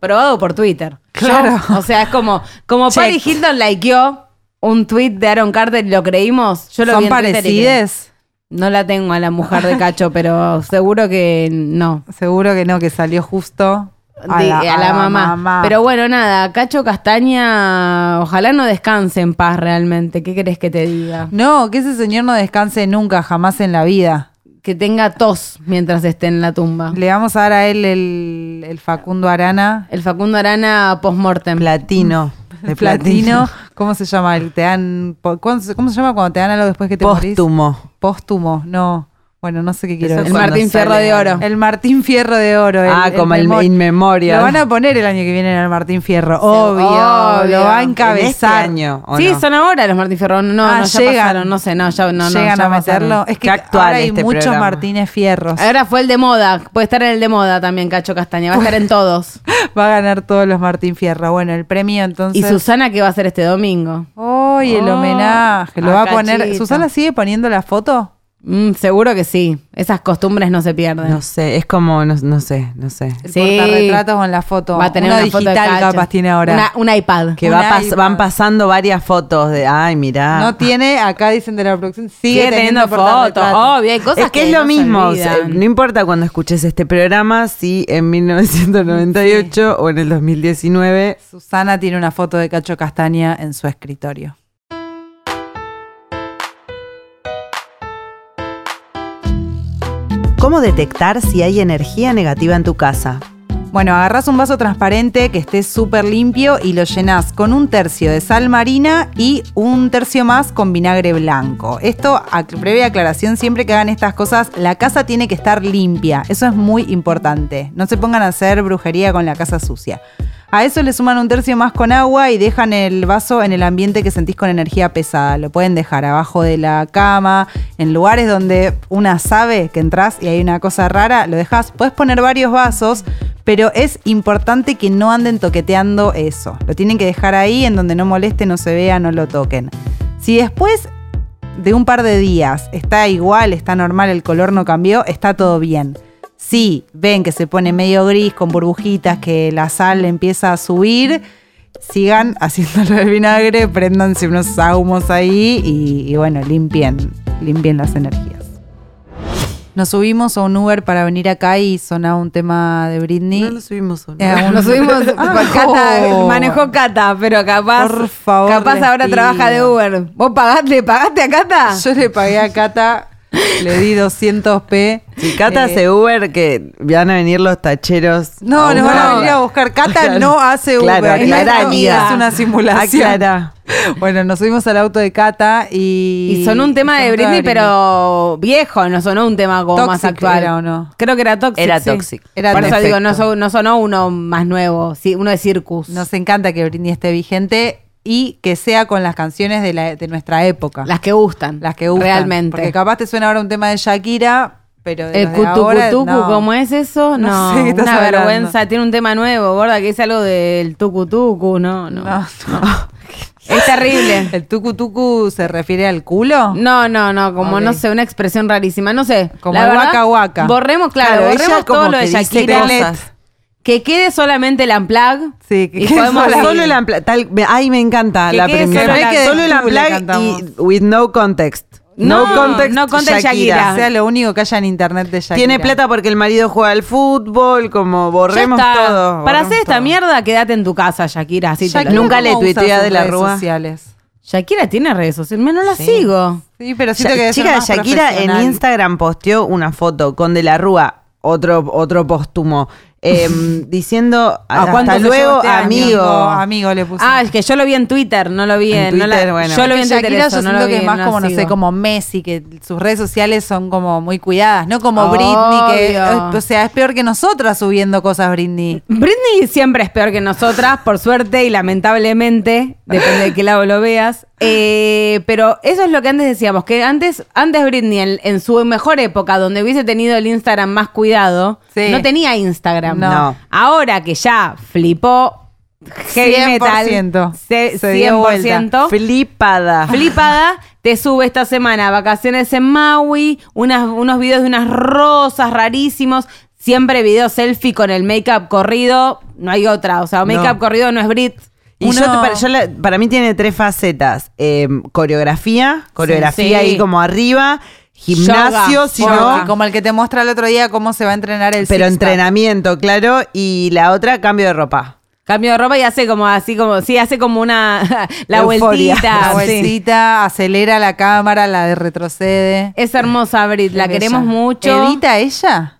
Probado por Twitter.
Claro.
Yo, o sea, es como, como
Check.
Paris Hilton likeó un tweet de Aaron Carter y lo creímos. Yo lo
¿Son
vi en Twitter y creí.
parecidas?
No la tengo a la mujer de Cacho, pero seguro que no.
Seguro que no, que salió justo a,
de-
la, a la
mamá. Pero bueno, nada, Cacho Castaña, ojalá no descanse en paz realmente. ¿Qué querés que te diga?
No, que ese señor no descanse nunca, jamás en la vida.
Que tenga tos mientras esté en la tumba.
Le vamos a dar a él el, el Facundo Arana,
El Facundo Arana postmortem.
Platino. De
el platino. ¿Cómo se llama? El te dan, po- ¿cuándo se- ¿Cómo se llama cuando te dan algo después que te morís?
Póstumo.
Póstumo, no. Bueno, no sé qué quiero
Eso
el
decir.
cuando
Martín Fierro
sale
de Oro.
El Martín Fierro de Oro.
Ah, como el
memo-
In Memoriam.
Lo van a poner el año que viene en el Martín Fierro. Obvio,
obvio.
lo va a
En
¿En este
encabezar.
año, ¿o
sí,
no?
son ahora los Martín Fierro. No,
Ah,
no, ya
llegan.
pasaron, no sé, no, ya no. no,
Llegan
ya
a
pasaron.
meterlo. Es que
Qué actual
ahora hay
este
muchos
programa.
Martínez Fierros.
Ahora fue el de moda. Puede estar en el de moda también, Cacho Castaña. Va a estar en todos.
Va a ganar todos los Martín Fierro. Bueno, el premio entonces.
¿Y Susana qué va a hacer este domingo?
¡Ay, el
Oh,
homenaje! Lo va a
acá,
poner.
chita.
¿Susana sigue poniendo la foto?
Mm, seguro que sí. Esas costumbres no se pierden.
No sé, es como, no, no sé, no sé.
El
Sí.
portarretrato con la foto.
Va a tener
Uno
una foto de
digital
Cacho.
capaz tiene ahora.
Una- un iPad.
Que
Un
va pas-
iPad.
van pasando varias fotos de, ay, mirá.
No tiene, acá dicen de la producción, sigue,
Sigue teniendo fotos.
portarretrato.
Obvio, hay cosas
es que, es lo
no se
mismo, o sea,
olvidan.
no importa cuando escuches este programa, si en 1998 o en el 2019
Susana tiene una foto de Cacho Castaña en su escritorio.
¿Cómo detectar si hay energía negativa en tu casa?
Bueno, agarrás un vaso transparente que esté súper limpio y lo llenás con un tercio de sal marina y un tercio más con vinagre blanco. Esto, a breve aclaración, siempre que hagan estas cosas, la casa tiene que estar limpia. Eso es muy importante. No se pongan a hacer brujería con la casa sucia. A eso le suman un tercio más con agua y dejan el vaso en el ambiente que sentís con energía pesada. Lo pueden dejar abajo de la cama, en lugares donde una sabe que entras y hay una cosa rara, lo dejas. Puedes poner varios vasos, pero es importante que no anden toqueteando eso. Lo tienen que dejar ahí en donde no moleste, no se vea, no lo toquen. Si después de un par de días está igual, está normal, el color no cambió, está todo bien. sí, ven que se pone medio gris con burbujitas, que la sal empieza a subir, sigan *laughs* haciéndolo del vinagre, préndanse unos saumos ahí y, y bueno, limpien, limpien las energías. Nos subimos a un Uber para venir acá y sonaba un tema de Britney.
No lo subimos solo.
Eh, un-
*laughs*
*laughs*
Nos subimos
Ah,
con Cata,
no.
manejó Cata, pero capaz,
Por favor,
capaz
les
ahora
pido.
trabaja de Uber. ¿Vos pagaste, pagaste a Cata?
Yo le pagué a Cata, le di 200 p.
Si Cata
Eh,
hace Uber, que van a venir los tacheros.
No, nos van a
No.
venir a buscar. Cata
Claro.
no hace Uber.
Claro, aclará,
Esto
amiga.
Es una simulación. *laughs*
Aclará.
Bueno, nos subimos al auto de Cata y.
Y son un tema
y
de
son toda
Britney,
Britney.
pero viejo, no sonó un tema como más
Toxic
actual.
era, ¿o no?
Creo que era Toxic.
Era
sí.
Toxic.
Era
Por eso
Toxic.
digo, no, so- no sonó uno más nuevo, sí, uno de Circus.
Nos encanta que Britney esté vigente y que sea con las canciones de, la- de nuestra época.
Las que gustan.
Las que gustan.
Realmente.
Porque capaz te suena ahora un tema de Shakira, pero. de
el
los de ahora,
cutucutucu,
no.
¿cómo es eso?
No
No,
sé qué estás
una
hablando.
vergüenza. Tiene un tema nuevo, gorda, que dice algo del tucutucu. No, no.
No, no.
Es terrible.
¿El tucu tucu se refiere al culo?
No, no, no, como
Ok.
no sé, una expresión rarísima, no sé.
Como
la
el
verdad,
guaca guaca.
Borremos, claro,
Claro, ella
borremos
como
todo lo de
que dice
Shakira.
cosas.
Que quede solamente el unplug.
Sí, que *laughs*
y
quede
podemos
sola-
ir.
Solo el ampla- tal- me- Ay, me encanta
Que
la
quede
primera.
solo el unplugged.
Solo el
Tú le
unplugged
cantamos.
y with no context. No,
No,
context.
no context,
Que
Shakira.
sea lo único que haya en internet de Shakira.
Tiene plata porque el marido juega al fútbol, como
Ya
borremos
está.
todo.
Para
borremos
hacer esta
todo.
mierda, quédate en tu casa, Shakira. Así te lo
Shakira,
digo.
Nunca le
¿cómo
tuitea
usa sus
de la
redes
Rúa?
sociales.
Shakira tiene redes sociales, no la Ah, sigo.
Sí, pero
Ya-
siento que debe ser
chica,
más
Shakira en
profesional.
Instagram posteó una foto con De la Rúa, otro, otro póstumo, em, diciendo
cuánto
hasta
se llevó
luego,
este año?
amigo.
Amigo le puse.
Ah, es que yo lo vi en Twitter, no lo vi en,
En
no
Twitter,
la-
bueno.
Yo
Que
lo vi en Twitter,
Shakira
eso,
yo
no
siento
lo vi,
que es más
no la
como, no sé,
sigo.
como Messi, que sus redes sociales son como muy cuidadas, no como Britney, que,
Obvio.
eh, o sea, es peor que nosotras subiendo cosas Britney.
Britney siempre es peor que nosotras, por suerte y lamentablemente, depende de qué lado lo veas. Eh, pero eso es lo que antes decíamos, que antes, antes Britney, en, en su mejor época, donde hubiese tenido el Instagram más cuidado,
Sí.
no tenía Instagram.
No.
No.
Ahora que ya flipó heavy
100%.
metal, se,
Se dio
100%,
Flipada.
Flipada te sube esta semana vacaciones en Maui, unas- unos videos de unas rosas rarísimos, siempre video selfie con el make-up corrido, no hay otra, o sea, make-up
No.
corrido no es Brit.
Y
Uno-
yo te- para, yo la- para mí tiene tres facetas. Em, coreografía, coreografía
sí.
ahí como arriba, gimnasio,
Yoga,
si
Porque
no,
como el que te muestra el otro día cómo se va a entrenar el
pero
six-pack.
entrenamiento, claro, y la otra, cambio de ropa.
Cambio de ropa y hace como así como, sí, hace como una *laughs* la
Euforia.
vueltita.
La
sí.
vueltita, acelera la cámara, la de retrocede.
Es hermosa Brit, la
Qué
queremos
bella.
mucho.
¿Edita ella?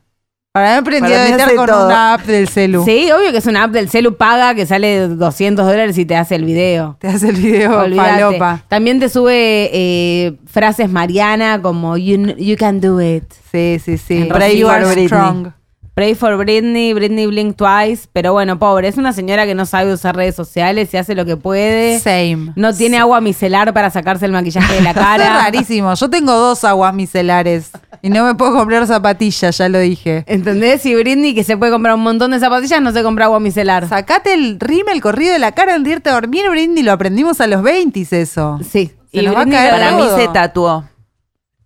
Para mí aprendió
Para
a
mí
editar
hace
con
todo.
una app del celu.
Sí, obvio que es una app del celu paga que sale 200 dólares y te hace el video.
Te hace el video
Olvídate.
palopa.
También te sube eh, frases Mariana como you, kn- you can do it.
Sí, sí, sí.
Brave
You
for
are
Britney.
strong.
Pray for Britney, Britney Blink Twice, pero bueno, pobre, es una señora que no sabe usar redes sociales y hace lo que puede.
Same.
No tiene agua micelar para sacarse el maquillaje
*laughs*
de la
Eso es
cara.
rarísimo. Yo tengo dos aguas micelares y no me puedo comprar zapatillas, ya lo dije.
¿Entendés? Y Britney que se puede comprar un montón de zapatillas, no se compra agua micelar.
Sacate el rímel corrido de la cara antes de irte a dormir, Britney. Lo aprendimos a los 20 eso.
Sí.
Se nos va a
Britney
caer
lo-
Para la mí se
tatuó.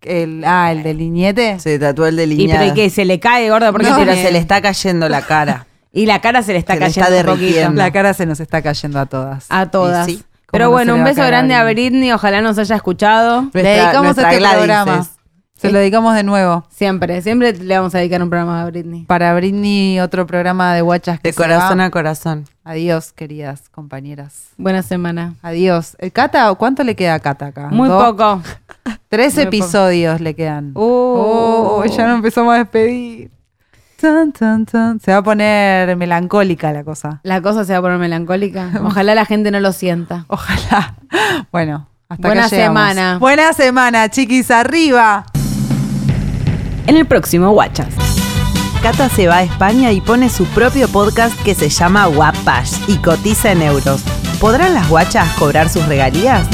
El, ah, el delineete.
Se tatuó el
Y pero
delineado.
y que se le cae gorda porque
No,
tiene-
pero se le está cayendo la *laughs* cara.
y la cara se le está
se le está
cayendo un poquito.
derritiendo.
La cara se nos está cayendo a todas.
A todas.
Y sí,
¿cómo
pero
no
bueno,
se le
un
va a
beso
caer a
grande a
alguien?
Britney, ojalá nos haya escuchado.
Le
Nuestra-
dedicamos
nuestra
este
Gladys
programa.
es-
Se lo dedicamos de nuevo.
Siempre, siempre le vamos a dedicar un programa a Britney.
Para Britney, otro programa de guachas que
De
se
corazón
va.
a corazón.
Adiós, queridas compañeras.
Buena semana.
Adiós. Eh, Cata, ¿cuánto le queda a Cata acá?
Muy
Dos,
poco.
Tres
Muy
episodios le quedan.
Uh.
Oh, ya no empezamos a despedir. Tan, tan, tan. Se va a poner melancólica la cosa.
La cosa se va a poner *laughs* melancólica. Ojalá la gente no lo sienta.
Ojalá. *laughs* Bueno, hasta
Buena
acá llegamos.
semana.
Buena semana, chiquis, arriba.
En el próximo Guachas.
Cata se va a España y pone su propio podcast que se llama Guapash y cotiza en euros. ¿Podrán las guachas cobrar sus regalías?